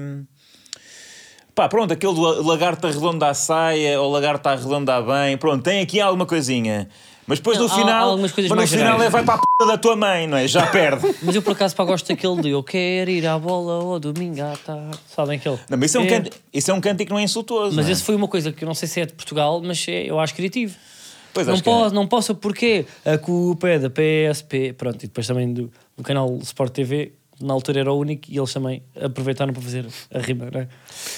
[SPEAKER 3] Pá, pronto, aquele do la- lagarto arredonda a saia ou lagarto arredonda a bem, pronto, tem aqui alguma coisinha. Mas depois
[SPEAKER 1] Não,
[SPEAKER 3] no
[SPEAKER 1] há- há
[SPEAKER 3] final,
[SPEAKER 1] algumas coisas
[SPEAKER 3] mas no
[SPEAKER 1] mais
[SPEAKER 3] final
[SPEAKER 1] gerais.
[SPEAKER 3] é vai para a p da tua mãe, não é? Já perde.
[SPEAKER 1] Mas eu por acaso pá, gosto daquele de eu quero ir à bola ao domingo à tarde. Sabem aquele?
[SPEAKER 3] Não, mas isso é, um canto, isso é um cântico que não é insultuoso.
[SPEAKER 1] Mas
[SPEAKER 3] não é?
[SPEAKER 1] esse foi uma coisa que eu não sei se é de Portugal, mas é- eu acho criativo.
[SPEAKER 3] Pois,
[SPEAKER 1] não,
[SPEAKER 3] acho que
[SPEAKER 1] é posso, não posso, porque a culpa é da PSP. Pronto, e depois também do, o canal Sport TV, na altura era o único e eles também aproveitaram para fazer a rima, não é?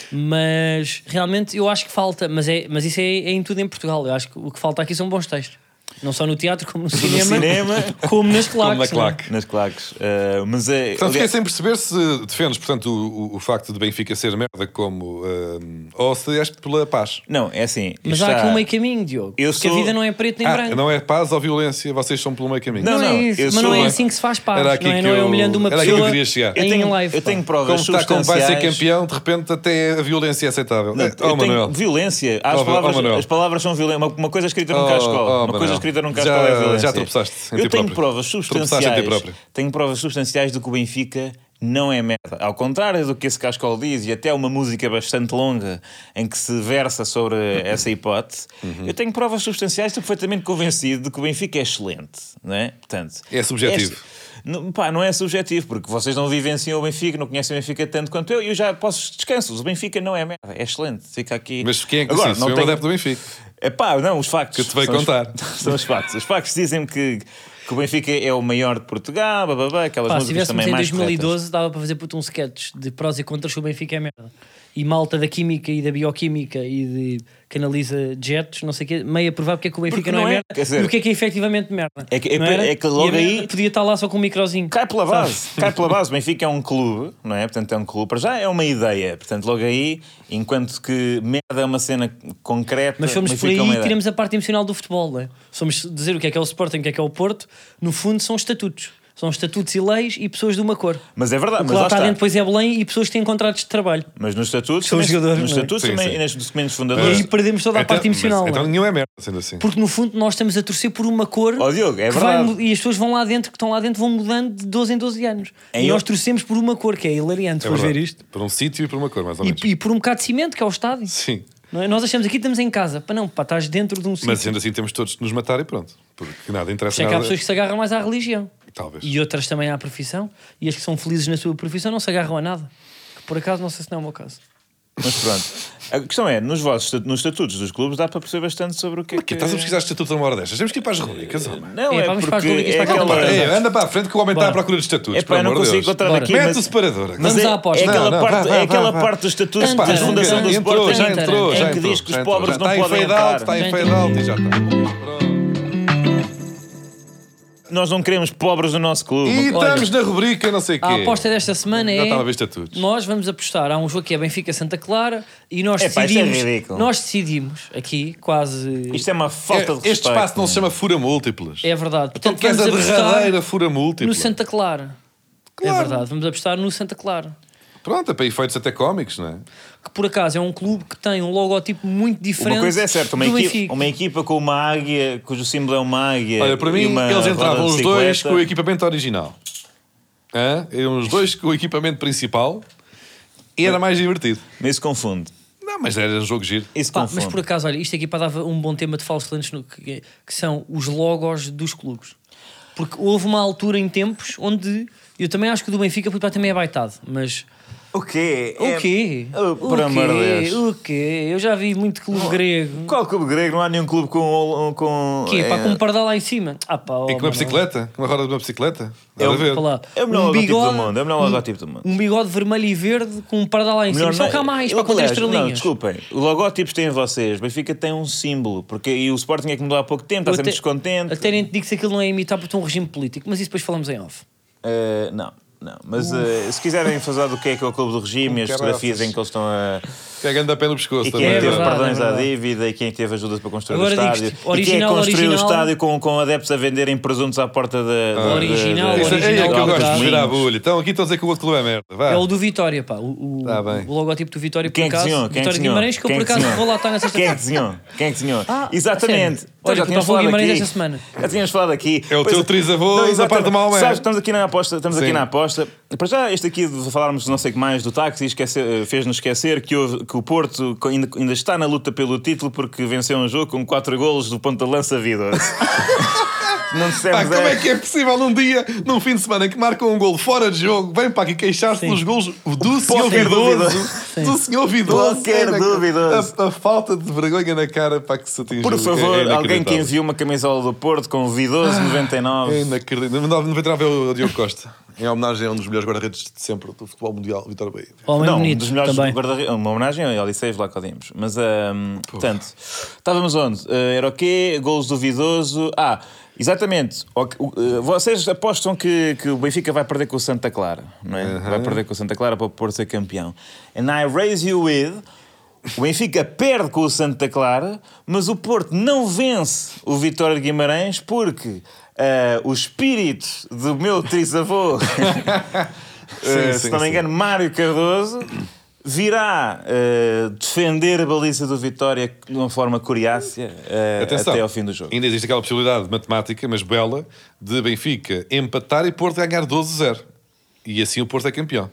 [SPEAKER 1] Mas realmente eu acho que falta, mas, é, mas isso é, é em tudo em Portugal. Eu acho que o que falta aqui são bons textos. Não só no teatro, como no cinema,
[SPEAKER 3] cinema.
[SPEAKER 1] como nas claques.
[SPEAKER 2] Como na
[SPEAKER 1] não é?
[SPEAKER 2] claque.
[SPEAKER 3] Nas claques. Eh, mas é.
[SPEAKER 2] Portanto, fiquei
[SPEAKER 3] aliás-
[SPEAKER 2] sem perceber se defendes portanto, o, o- o facto de Benfica ser merda como. hum, ou se és pela paz.
[SPEAKER 3] Não, é assim.
[SPEAKER 1] Mas
[SPEAKER 3] está-
[SPEAKER 1] há aqui um meio caminho, Diogo.
[SPEAKER 3] Eu
[SPEAKER 1] porque
[SPEAKER 3] sou-
[SPEAKER 1] a vida não é preto nem
[SPEAKER 2] Ah,
[SPEAKER 1] branco.
[SPEAKER 2] não é paz ou violência, vocês são pelo meio caminho.
[SPEAKER 3] Não,
[SPEAKER 1] Não,
[SPEAKER 3] não,
[SPEAKER 1] é isso.
[SPEAKER 3] eu
[SPEAKER 1] Mas
[SPEAKER 3] sou-
[SPEAKER 1] não é assim que se faz paz.
[SPEAKER 2] Era aqui
[SPEAKER 1] não é,
[SPEAKER 2] que
[SPEAKER 1] não é
[SPEAKER 2] eu-
[SPEAKER 1] humilhando uma
[SPEAKER 2] era aqui que eu
[SPEAKER 1] pessoa
[SPEAKER 2] queria chegar.
[SPEAKER 3] Eu
[SPEAKER 1] em
[SPEAKER 3] tenho,
[SPEAKER 1] live.
[SPEAKER 3] eu
[SPEAKER 1] pá.
[SPEAKER 3] tenho provas
[SPEAKER 2] Como está como vai ser
[SPEAKER 3] substanciais.
[SPEAKER 2] campeão, de repente até a violência é aceitável.
[SPEAKER 3] Não,
[SPEAKER 2] É, oh,
[SPEAKER 3] eu tenho
[SPEAKER 2] Manuel.
[SPEAKER 3] violência. Há
[SPEAKER 2] Oh,
[SPEAKER 3] As,
[SPEAKER 2] oh,
[SPEAKER 3] palavras,
[SPEAKER 2] Manuel.
[SPEAKER 3] as palavras são violência. Uma, uma coisa é escrita num
[SPEAKER 2] Oh, oh,
[SPEAKER 3] cascola. uma
[SPEAKER 2] Manuel.
[SPEAKER 3] coisa escrita num
[SPEAKER 2] Já-
[SPEAKER 3] cascola é violência.
[SPEAKER 2] já tropeçaste em
[SPEAKER 3] Eu
[SPEAKER 2] ti
[SPEAKER 3] tenho
[SPEAKER 2] próprio.
[SPEAKER 3] provas
[SPEAKER 2] Tropeçaste em ti
[SPEAKER 3] substanciais.
[SPEAKER 2] próprio.
[SPEAKER 3] Tenho provas substanciais de que o Benfica não é merda. Ao contrário do que esse cascola diz, e até uma música bastante longa em que se versa sobre essa hipótese,
[SPEAKER 2] Uhum.
[SPEAKER 3] eu tenho provas substanciais, estou perfeitamente convencido de que o Benfica é excelente. Não é? Portanto,
[SPEAKER 2] É subjetivo.
[SPEAKER 3] este- não, pá, não é subjetivo, porque vocês não vivenciam o Benfica, não conhecem o Benfica tanto quanto eu, e eu já posso descansos. O Benfica não é merda, é excelente, fica aqui.
[SPEAKER 2] Mas quem é que
[SPEAKER 3] Agora,
[SPEAKER 2] disse? Foi um adepto do Benfica.
[SPEAKER 3] É pá, não, os factos.
[SPEAKER 2] Que te veio
[SPEAKER 3] São os-
[SPEAKER 2] contar.
[SPEAKER 3] São os factos. Os factos dizem-me que, que o Benfica é o maior de Portugal, blá, blá, blá, aquelas
[SPEAKER 1] Pá, se tivéssemos
[SPEAKER 3] músicas também
[SPEAKER 1] um em
[SPEAKER 3] mais
[SPEAKER 1] 2012,
[SPEAKER 3] corretas.
[SPEAKER 1] dava para fazer puto um sketch de prós e contras que o Benfica é merda. E malta da química e da bioquímica e de que analisa jetos, não sei o quê, meio a provar porque é que o Benfica
[SPEAKER 3] Porque
[SPEAKER 1] não,
[SPEAKER 3] não é,
[SPEAKER 1] é, merda
[SPEAKER 3] quer dizer-
[SPEAKER 1] e o que é que é efetivamente merda.
[SPEAKER 3] É que- é
[SPEAKER 1] Não
[SPEAKER 3] que-
[SPEAKER 1] era?
[SPEAKER 3] é que logo
[SPEAKER 1] E a merda
[SPEAKER 3] aí-
[SPEAKER 1] podia estar lá só com um microzinho.
[SPEAKER 3] Cai pela
[SPEAKER 1] Sabes?
[SPEAKER 3] base, cai pela base. O Benfica é um clube, não é? Portanto, é um clube. Para já é uma ideia. Portanto, logo aí, enquanto que merda é uma cena concreta.
[SPEAKER 1] Mas fomos por
[SPEAKER 3] Benfica é uma
[SPEAKER 1] aí e
[SPEAKER 3] ideia.
[SPEAKER 1] tiramos a parte emocional do futebol, não é? Somos dizer o que é que é o Sporting, o que é que é o Porto, no fundo são estatutos. São estatutos e leis e pessoas de uma cor.
[SPEAKER 3] Mas é verdade,
[SPEAKER 1] O que
[SPEAKER 3] mas
[SPEAKER 1] lá
[SPEAKER 3] lá
[SPEAKER 1] está
[SPEAKER 3] está.
[SPEAKER 1] dentro depois é Belém e pessoas que têm contratos de trabalho.
[SPEAKER 3] Mas nos estatutos,
[SPEAKER 1] São
[SPEAKER 3] também-
[SPEAKER 1] jogadores,
[SPEAKER 3] nos
[SPEAKER 1] não é?
[SPEAKER 3] estatutos
[SPEAKER 2] Sim,
[SPEAKER 3] também,
[SPEAKER 2] sim.
[SPEAKER 3] e nos documentos
[SPEAKER 1] E
[SPEAKER 3] fundadores.
[SPEAKER 1] aí perdemos toda a
[SPEAKER 2] Então-
[SPEAKER 1] parte emocional.
[SPEAKER 2] mas-
[SPEAKER 1] não é?
[SPEAKER 2] Então nenhum é merda, sendo assim.
[SPEAKER 1] Porque no fundo nós estamos a torcer por uma cor
[SPEAKER 3] Ó, Diogo, é
[SPEAKER 1] que vai
[SPEAKER 3] verdade.
[SPEAKER 1] mu- e as pessoas vão lá dentro, que estão lá dentro, vão mudando de 12 em 12 anos.
[SPEAKER 3] Em
[SPEAKER 1] e
[SPEAKER 3] o-
[SPEAKER 1] nós torcemos por uma cor, que é hilariante, se
[SPEAKER 2] É
[SPEAKER 1] fores ver
[SPEAKER 2] verdade.
[SPEAKER 1] isto.
[SPEAKER 2] Por um sítio e por uma cor, mais ou menos.
[SPEAKER 1] E, e por um bocado de cimento, que é o estádio.
[SPEAKER 2] Sim.
[SPEAKER 1] Não é? Nós achamos aqui estamos em casa. Para não, pá, estás dentro de um sítio.
[SPEAKER 2] Mas sendo assim, temos todos de nos matar e pronto. Porque nada interessa
[SPEAKER 1] Por isso é que há
[SPEAKER 2] nada.
[SPEAKER 1] pessoas que se agarram mais à religião.
[SPEAKER 2] Talvez.
[SPEAKER 1] E outras também à profissão. E as que são felizes na sua profissão não se agarram a nada. Que por acaso, não sei se não é o meu caso.
[SPEAKER 3] Mas pronto. A questão é, nos vossos estatu- nos estatutos dos clubes dá para perceber bastante sobre o que é
[SPEAKER 2] Que
[SPEAKER 3] que...
[SPEAKER 2] estás a pesquisar estatuto a uma hora destas? Temos que ir para as rubricas, homem.
[SPEAKER 3] Não,
[SPEAKER 1] É,
[SPEAKER 3] é,
[SPEAKER 1] vamos
[SPEAKER 3] porque
[SPEAKER 1] para as rubricas,
[SPEAKER 3] é
[SPEAKER 1] para aquela
[SPEAKER 3] aquela...
[SPEAKER 1] parte.
[SPEAKER 2] Ei, anda para a frente que o homem está à procura de estatutos.
[SPEAKER 3] É pá,
[SPEAKER 2] pelo
[SPEAKER 3] eu não
[SPEAKER 2] amor de
[SPEAKER 3] consigo
[SPEAKER 2] Deus.
[SPEAKER 3] encontrar
[SPEAKER 1] Bora.
[SPEAKER 3] aqui,
[SPEAKER 2] Mete
[SPEAKER 3] mas-
[SPEAKER 2] o separador.
[SPEAKER 3] Mas
[SPEAKER 1] Vamos
[SPEAKER 3] é,
[SPEAKER 1] à aposta.
[SPEAKER 3] é aquela
[SPEAKER 2] Não, não,
[SPEAKER 3] parte,
[SPEAKER 2] vá,
[SPEAKER 3] é
[SPEAKER 2] vá,
[SPEAKER 3] aquela
[SPEAKER 2] vá,
[SPEAKER 3] parte
[SPEAKER 2] vá.
[SPEAKER 3] dos estatutos
[SPEAKER 1] Epá,
[SPEAKER 3] da
[SPEAKER 1] já
[SPEAKER 3] fundação do
[SPEAKER 1] entrou,
[SPEAKER 3] Sporting
[SPEAKER 1] já entrou,
[SPEAKER 3] em
[SPEAKER 1] já
[SPEAKER 3] que
[SPEAKER 1] entrou,
[SPEAKER 3] diz que os
[SPEAKER 2] já
[SPEAKER 3] pobres
[SPEAKER 2] entrou. Já
[SPEAKER 3] não
[SPEAKER 2] Está em
[SPEAKER 3] podem
[SPEAKER 2] fade out,
[SPEAKER 3] entrar.
[SPEAKER 2] está em
[SPEAKER 1] Já
[SPEAKER 2] fade out e já está. Pronto.
[SPEAKER 3] Nós não queremos pobres no nosso clube.
[SPEAKER 2] E
[SPEAKER 1] Olha,
[SPEAKER 2] estamos na rubrica não sei o quê.
[SPEAKER 1] A aposta desta semana
[SPEAKER 2] Já
[SPEAKER 1] é.
[SPEAKER 2] estava a ver estatutos.
[SPEAKER 1] Nós vamos apostar. Há um jogo que é Benfica Santa Clara e nós
[SPEAKER 3] Epá, isto é
[SPEAKER 1] decidimos.
[SPEAKER 3] ridículo.
[SPEAKER 1] nós decidimos aqui, quase.
[SPEAKER 3] Isto é uma
[SPEAKER 2] É,
[SPEAKER 3] falta de respeito. né?
[SPEAKER 2] Este espaço não se chama fura múltiplas.
[SPEAKER 1] É verdade.
[SPEAKER 2] Então
[SPEAKER 1] Portanto,
[SPEAKER 2] queres
[SPEAKER 1] vamos
[SPEAKER 2] a derradeira
[SPEAKER 1] apostar
[SPEAKER 2] fura
[SPEAKER 3] Tipo,
[SPEAKER 2] múltipla.
[SPEAKER 1] no Santa Clara. É
[SPEAKER 2] Claro.
[SPEAKER 1] verdade. Vamos apostar no Santa Clara.
[SPEAKER 2] Pronto, é para efeitos até cómicos, não é?
[SPEAKER 1] Que por acaso é um clube que tem um logotipo muito diferente.
[SPEAKER 3] Uma coisa é certa, uma,
[SPEAKER 1] do
[SPEAKER 3] equipa,
[SPEAKER 1] Benfica.
[SPEAKER 3] uma equipa com uma águia, cujo símbolo é uma águia.
[SPEAKER 2] Olha, para
[SPEAKER 3] e
[SPEAKER 2] mim,
[SPEAKER 3] uma
[SPEAKER 2] eles
[SPEAKER 3] roda de
[SPEAKER 2] entravam os dois
[SPEAKER 3] bicicleta.
[SPEAKER 2] com o equipamento original. Hã? Eram os dois com o equipamento principal e era mais divertido.
[SPEAKER 3] Mas isso confunde.
[SPEAKER 2] Não, mas era um jogo giro.
[SPEAKER 3] Isso
[SPEAKER 1] Pá,
[SPEAKER 3] confunde.
[SPEAKER 1] mas por acaso, olha, isto aqui para dava um bom tema de falsos talentos, no- que, que são os logos dos clubes. Porque houve uma altura em tempos onde eu também acho que o do Benfica puto, pá, também é baitado, mas
[SPEAKER 3] O quê?
[SPEAKER 1] o quê?
[SPEAKER 3] Oh,
[SPEAKER 1] o
[SPEAKER 3] por amor de
[SPEAKER 1] quê?
[SPEAKER 3] Deus. Oh,
[SPEAKER 1] O quê? Eu já vi muito clube grego.
[SPEAKER 3] Qual clube grego? Não há nenhum clube com. com
[SPEAKER 1] O quê? Pá,
[SPEAKER 3] é-
[SPEAKER 1] com um pardal lá em cima. Ah, pá, oh,
[SPEAKER 2] E com uma
[SPEAKER 1] mano,
[SPEAKER 2] bicicleta? Com uma roda de uma bicicleta? Nada
[SPEAKER 3] né? É um-
[SPEAKER 2] a ver.
[SPEAKER 1] olha lá.
[SPEAKER 3] É o melhor logotipo do mundo, é o melhor logotipo do mundo.
[SPEAKER 1] Um bigode vermelho e verde com um pardal lá em cima.
[SPEAKER 3] Melhor
[SPEAKER 1] Só
[SPEAKER 3] não-
[SPEAKER 1] cá mais,
[SPEAKER 3] Eu,
[SPEAKER 1] para contar as
[SPEAKER 3] aliás, Não,
[SPEAKER 1] estrelinhas.
[SPEAKER 3] desculpem. O logótipos têm vocês. Benfica tem um símbolo. Porque, e o Sporting é que mudou há pouco tempo, está
[SPEAKER 1] Eu
[SPEAKER 3] sempre
[SPEAKER 1] até-
[SPEAKER 3] descontente.
[SPEAKER 1] Até nem te digo se aquilo não é imitar porque é um regime político, mas isso depois falamos em off.
[SPEAKER 3] Eh, não, não. Mas eh, se quiserem falar do que é que é o Clube do Regime e as
[SPEAKER 2] Um Caraças.
[SPEAKER 3] fotografias em que eles estão a.
[SPEAKER 2] Pegando a pé no pescoço
[SPEAKER 3] E quem
[SPEAKER 2] também.
[SPEAKER 3] é que teve
[SPEAKER 1] verdade,
[SPEAKER 3] perdões
[SPEAKER 1] é
[SPEAKER 3] à
[SPEAKER 1] verdade.
[SPEAKER 3] dívida e quem é que teve ajudas para construir
[SPEAKER 1] Agora
[SPEAKER 3] o
[SPEAKER 1] digo-te,
[SPEAKER 3] estádio. e quem é que
[SPEAKER 1] original,
[SPEAKER 3] construiu o
[SPEAKER 1] original.
[SPEAKER 3] estádio com, com adeptos a venderem presuntos à porta da. da- da-
[SPEAKER 1] Original,
[SPEAKER 3] da-
[SPEAKER 2] Isso é,
[SPEAKER 1] original,
[SPEAKER 2] é que eu
[SPEAKER 1] original.
[SPEAKER 2] gosto de virar a
[SPEAKER 3] Domingos.
[SPEAKER 2] bolha. Então aqui estão a dizer que o outro clube é merda. Vá.
[SPEAKER 1] É o do Vitória, pá. O, o,
[SPEAKER 2] Tá bem.
[SPEAKER 1] o logotipo do Vitória, por
[SPEAKER 3] Quem é que
[SPEAKER 1] acaso.
[SPEAKER 3] desenhou? Quem é que
[SPEAKER 1] Vitória de
[SPEAKER 3] desenhou?
[SPEAKER 1] Guimarães, que eu
[SPEAKER 3] Quem
[SPEAKER 1] por
[SPEAKER 3] é que
[SPEAKER 1] acaso
[SPEAKER 3] desenhou?
[SPEAKER 1] vou lá estar nessa
[SPEAKER 3] Quem é que desenhou? Quem é que desenhou?
[SPEAKER 1] Ah,
[SPEAKER 3] exatamente.
[SPEAKER 1] sério? Olha,
[SPEAKER 3] já
[SPEAKER 1] eu estava
[SPEAKER 3] tínhamos
[SPEAKER 1] a ouvir
[SPEAKER 3] falado
[SPEAKER 1] Guimarães
[SPEAKER 3] aqui.
[SPEAKER 1] esta semana.
[SPEAKER 3] Já tínhamos falado aqui.
[SPEAKER 2] É o teu trisavô da
[SPEAKER 3] exatamente.
[SPEAKER 2] parte do Maomé.
[SPEAKER 3] Sabes, estamos aqui na aposta, estamos aqui
[SPEAKER 2] Sim.
[SPEAKER 3] na aposta. Para já, este aqui de falarmos de não sei o que mais do táxi esquece- fez-nos esquecer que, houve- que o Porto ainda, ainda está na luta pelo título porque venceu um jogo com 4 golos do ponto de lança Vidas. Não
[SPEAKER 2] Pá,
[SPEAKER 3] dissemos
[SPEAKER 2] como
[SPEAKER 3] a-
[SPEAKER 2] é que é possível num dia, num fim de semana, em que marcam um gol fora de jogo, vem para aqui queixar-se
[SPEAKER 1] Sim.
[SPEAKER 2] dos gols do senhor
[SPEAKER 3] Qualquer
[SPEAKER 2] Vidoso?
[SPEAKER 3] dúvida.
[SPEAKER 2] Do senhor Vidoso. é
[SPEAKER 3] Qualquer
[SPEAKER 2] na-
[SPEAKER 3] duvidoso.
[SPEAKER 2] A, a falta de vergonha na cara para que se atingiu.
[SPEAKER 3] Por favor,
[SPEAKER 2] É- é
[SPEAKER 3] alguém que
[SPEAKER 2] inacreditável.
[SPEAKER 3] envie uma camisola do Porto com vidoso 99.
[SPEAKER 2] É inacreditável. Não não vai entrar a ver o Diogo Costa. Em homenagem a um dos melhores guarda-redes de sempre do futebol mundial, Vitor Bahia.
[SPEAKER 1] Homem
[SPEAKER 3] não, um
[SPEAKER 1] bonito
[SPEAKER 3] dos melhores
[SPEAKER 1] também.
[SPEAKER 3] guarda Uma homenagem ao Odisseias lá que odimos. Mas, hum, portanto, estávamos onde? Eh, era o quê? Golos duvidoso. Ah, exatamente. O que- o- eh, vocês apostam que, que o Benfica vai perder com o Santa Clara, não é? Vai perder com o Santa Clara para o Porto ser campeão. And I raise you with. O Benfica perde com o Santa Clara, mas o Porto não vence o Vitória de Guimarães porque eh, o espírito do meu trisavô Uh,
[SPEAKER 2] Sim,
[SPEAKER 3] se
[SPEAKER 2] sim,
[SPEAKER 3] não me
[SPEAKER 2] sim.
[SPEAKER 3] engano, Mário Cardoso virá uh, defender a baliza do Vitória de uma forma coriácea uh,
[SPEAKER 2] Atenção.
[SPEAKER 3] até ao fim do jogo.
[SPEAKER 2] Ainda existe aquela possibilidade matemática, mas bela, de Benfica empatar e Porto ganhar 12-0. E assim o Porto é campeão.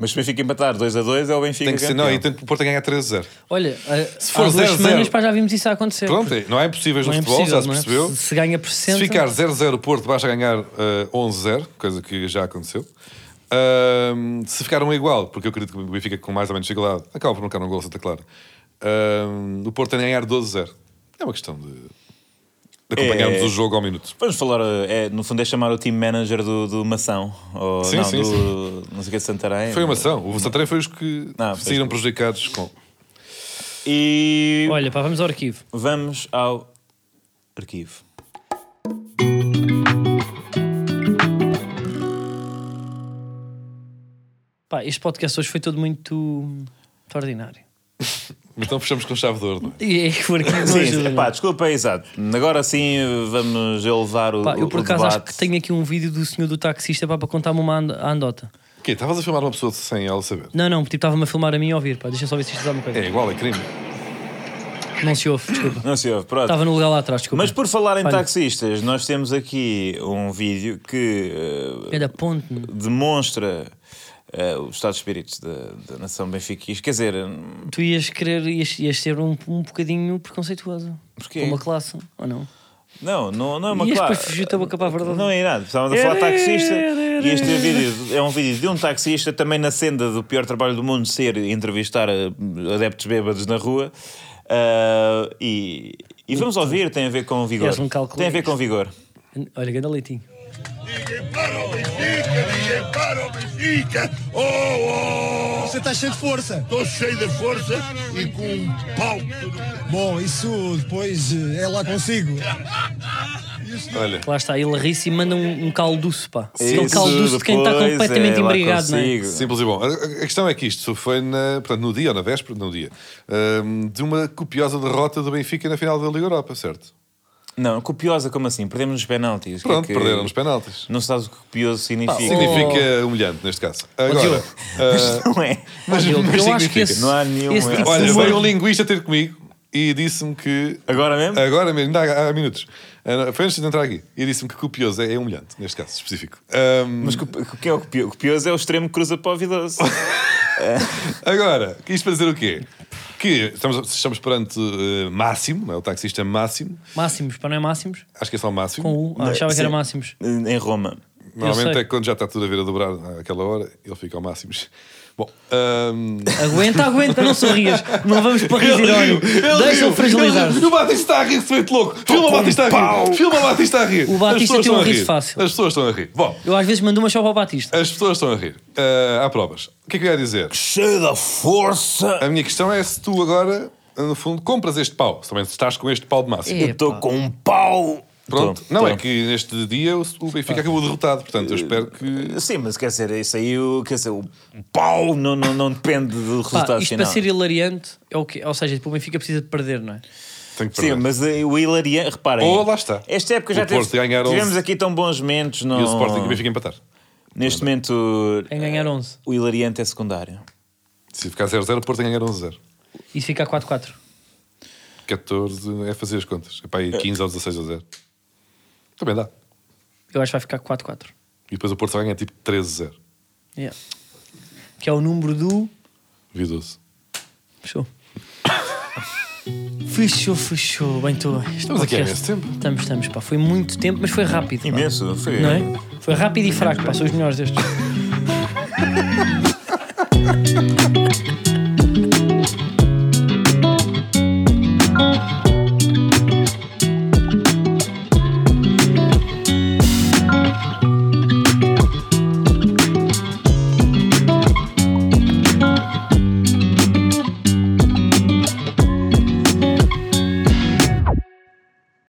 [SPEAKER 3] Mas se o Benfica empatar 2 a 2 é o Benfica
[SPEAKER 2] Tem que ser,
[SPEAKER 3] campeão.
[SPEAKER 2] não, e tem, o Porto é ganhar 3-0.
[SPEAKER 1] Olha,
[SPEAKER 2] Se
[SPEAKER 1] há
[SPEAKER 2] for
[SPEAKER 1] há duas
[SPEAKER 2] 0-0.
[SPEAKER 1] semanas pá, já vimos isso a acontecer.
[SPEAKER 2] Pronto, é- não é impossível no
[SPEAKER 1] Não é
[SPEAKER 2] futebol,
[SPEAKER 1] impossível,
[SPEAKER 2] já se
[SPEAKER 1] não é?
[SPEAKER 2] percebeu.
[SPEAKER 1] Se- se ganha por cento-
[SPEAKER 2] Se ficar 0-0 o Porto, basta ganhar eh, 11-0, coisa que já aconteceu. Ahm, se ficar um igual, porque eu acredito que o Benfica com mais ou menos dificuldade acaba por não marcar um gol, Santa Clara. Ahm, o Porto tem de ganhar 12-0. É uma questão de, de acompanharmos
[SPEAKER 3] É.
[SPEAKER 2] o jogo ao minuto.
[SPEAKER 3] Vamos falar, uh, é, no fundo é chamar o team manager do, do Mação, ou
[SPEAKER 2] Sim,
[SPEAKER 3] não,
[SPEAKER 2] sim,
[SPEAKER 3] do,
[SPEAKER 2] sim.
[SPEAKER 3] não sei o que, é de Santarém.
[SPEAKER 2] Foi uma ação. O Santarém foi os que
[SPEAKER 3] Ah, fez
[SPEAKER 2] saíram
[SPEAKER 3] tudo.
[SPEAKER 2] prejudicados com.
[SPEAKER 3] E
[SPEAKER 1] Olha, pá, vamos ao arquivo.
[SPEAKER 3] vamos ao arquivo.
[SPEAKER 1] Pá, este podcast hoje foi todo muito ordinário.
[SPEAKER 2] Então fechamos com chave de ouro, não é?
[SPEAKER 1] E é que o arquivo não
[SPEAKER 3] Sim,
[SPEAKER 1] ajuda.
[SPEAKER 3] sim. Pá,
[SPEAKER 1] não.
[SPEAKER 3] desculpa, é exato. Agora sim uh, vamos elevar o,
[SPEAKER 1] Pá, eu por
[SPEAKER 3] o
[SPEAKER 1] acaso acho
[SPEAKER 3] debate.
[SPEAKER 1] que tenho aqui um vídeo do senhor do taxista pá, para contar-me uma and- andota.
[SPEAKER 2] O quê? Estavas a filmar uma pessoa sem ela saber?
[SPEAKER 1] Não, não, tipo, estava-me a filmar a mim e a ouvir, pá. Deixa só ver se isto dá uma coisa.
[SPEAKER 2] É igual, é crime.
[SPEAKER 1] Não se ouve, desculpa.
[SPEAKER 3] Não se ouve, pronto.
[SPEAKER 1] Estava no lugar lá atrás, desculpa.
[SPEAKER 3] É. Mas por falar em
[SPEAKER 1] Olha.
[SPEAKER 3] taxistas, nós temos aqui um vídeo que eh,
[SPEAKER 1] Era ponte. é? meu.
[SPEAKER 3] demonstra eh, o estado de espírito da, da nação benfiquista. Quer dizer,
[SPEAKER 1] Tu ias querer, ias, ias ser um, um bocadinho preconceituoso.
[SPEAKER 3] Porquê?
[SPEAKER 1] Com uma classe, ou não?
[SPEAKER 3] não, não, não é uma
[SPEAKER 1] Ias
[SPEAKER 3] classe.
[SPEAKER 1] para fugir-te a boca para a verdade.
[SPEAKER 3] Não é nada. Estávamos a falar de taxista e este vídeo é um vídeo de um taxista também na senda do pior trabalho do mundo ser entrevistar eh, adeptos bêbados na rua. Ah, e, e vamos ouvir, tem a ver com vigor.
[SPEAKER 1] És um calculista.
[SPEAKER 3] tem a ver com vigor.
[SPEAKER 1] Olha, ganda leitinho.
[SPEAKER 8] Ninguém para o Benfica, ninguém para o Benfica. Oh, oh.
[SPEAKER 9] Você tá cheio de força.
[SPEAKER 8] Estou cheio de força e com um pau.
[SPEAKER 9] Bom, isso depois eh, é lá consigo.
[SPEAKER 2] Olha.
[SPEAKER 1] Lá está, ele ri-se e manda um, um calduço, pá. Aquele
[SPEAKER 3] Isso
[SPEAKER 1] calduço de quem está
[SPEAKER 3] depois
[SPEAKER 1] completamente
[SPEAKER 3] é lá
[SPEAKER 1] embriagado, não é?
[SPEAKER 3] consigo.
[SPEAKER 2] Simples e bom. A- A a questão é que isto foi na- portanto, no dia, ou na véspera, no dia, hum, de uma copiosa derrota do Benfica na final da Liga Europa, certo?
[SPEAKER 3] Não, copiosa, como assim? Perdemos nos penaltis. O que
[SPEAKER 2] Pronto,
[SPEAKER 3] é que-
[SPEAKER 2] perderam nos penaltis. Ah,
[SPEAKER 3] Não sabes o que copioso significa.
[SPEAKER 2] Significa humilhante, neste caso. Agora,
[SPEAKER 1] Diogo.
[SPEAKER 2] ah,
[SPEAKER 3] Não é?
[SPEAKER 2] mas,
[SPEAKER 1] Diogo,
[SPEAKER 2] mas
[SPEAKER 1] eu acho que
[SPEAKER 2] significa.
[SPEAKER 1] esse,
[SPEAKER 3] Não há nenhum- é.
[SPEAKER 1] esse tipo
[SPEAKER 2] Olha,
[SPEAKER 1] de
[SPEAKER 2] veio um
[SPEAKER 1] humor-
[SPEAKER 2] linguista ter comigo e disse-me que...
[SPEAKER 3] Agora mesmo?
[SPEAKER 2] Agora mesmo, ainda há, há minutos. Ah, Foi antes de entrar aqui. E disse-me que copioso é, é humilhante, neste caso específico. Hum, Ahm,
[SPEAKER 3] Mas copi- o que é o copioso? Copioso é o extremo que cruza para o vidoso.
[SPEAKER 2] Agora, isto para dizer o quê? Que estamos, estamos perante eh, Máximo, não é? o taxista Máximo,
[SPEAKER 1] Máximos, para não é máximos?
[SPEAKER 2] acho que é só Máximo.
[SPEAKER 1] Com U. Ah, achava que era
[SPEAKER 3] Sim.
[SPEAKER 1] máximos.
[SPEAKER 3] em Roma.
[SPEAKER 1] Eu
[SPEAKER 2] Normalmente
[SPEAKER 1] sei.
[SPEAKER 2] é que quando já está tudo a vir a dobrar àquela é? hora, ele fica ao máximo. Bom, ahm,
[SPEAKER 1] Aguenta, aguenta, não sorrias. Não vamos para riso irónico. Deixa-o
[SPEAKER 2] riu,
[SPEAKER 1] fragilizar.
[SPEAKER 2] ele riu. E o Batista está a rir, se feito louco. Filma o Batista a rir. Filma o Batista a rir.
[SPEAKER 1] O Batista
[SPEAKER 2] As pessoas
[SPEAKER 1] tem um
[SPEAKER 2] estão a
[SPEAKER 1] riso fácil.
[SPEAKER 2] As pessoas estão a rir. Bom,
[SPEAKER 1] Eu às vezes mando uma só para o Batista.
[SPEAKER 3] É
[SPEAKER 2] as pessoas estão a rir. Ah, há provas. O que é que eu ia dizer?
[SPEAKER 3] Cheio da força.
[SPEAKER 2] A minha questão é se tu agora, no fundo, compras este pau. Se também estás com este pau de máximo.
[SPEAKER 1] É,
[SPEAKER 3] Estou com um pau.
[SPEAKER 2] Pronto,
[SPEAKER 3] Tô,
[SPEAKER 2] não
[SPEAKER 3] tô.
[SPEAKER 2] é que neste dia o o Benfica acabou derrotado, portanto eu espero que.
[SPEAKER 3] Sim, mas quer dizer, isso aí, o- quer dizer, o pau não, não, não depende do
[SPEAKER 1] Pá,
[SPEAKER 3] resultado
[SPEAKER 1] isto
[SPEAKER 3] final.
[SPEAKER 1] para ser hilariante, é o que, ou seja, tipo, o Benfica precisa de perder, não é?
[SPEAKER 2] Tenho que
[SPEAKER 3] Sim,
[SPEAKER 2] perder.
[SPEAKER 3] mas eh, o hilariante, reparem.
[SPEAKER 2] Oh, lá está.
[SPEAKER 3] Esta época
[SPEAKER 2] O
[SPEAKER 3] já teve,
[SPEAKER 2] Porto ganhar onze.
[SPEAKER 3] tivemos aqui tão bons momentos. Não...
[SPEAKER 2] E o Sporting e o Benfica empatar.
[SPEAKER 3] Neste momento,
[SPEAKER 1] Em ganhar 11.
[SPEAKER 3] o hilariante é secundário.
[SPEAKER 2] Se ficar 0-0, o Porto ganhar 11-0.
[SPEAKER 1] Isso fica a 4-4.
[SPEAKER 2] 14 é fazer as contas. Epá, aí 15 ou 16 a 0. Também dá.
[SPEAKER 1] Eu acho que vai ficar 4-4.
[SPEAKER 2] E depois o Porto só ganha tipo 13 a 0.
[SPEAKER 1] Yeah. Que é o número do.
[SPEAKER 2] Vidoso.
[SPEAKER 1] Fechou. Fechou, fechou. Bem, estou bem. Este
[SPEAKER 2] Estamos aqui há
[SPEAKER 1] podcast-
[SPEAKER 2] imenso tempo.
[SPEAKER 1] Estamos, estamos, pá. Foi muito tempo, mas foi rápido. pá.
[SPEAKER 3] Imenso, foi.
[SPEAKER 1] Não é? Foi rápido e fraco, pá. São os melhores destes.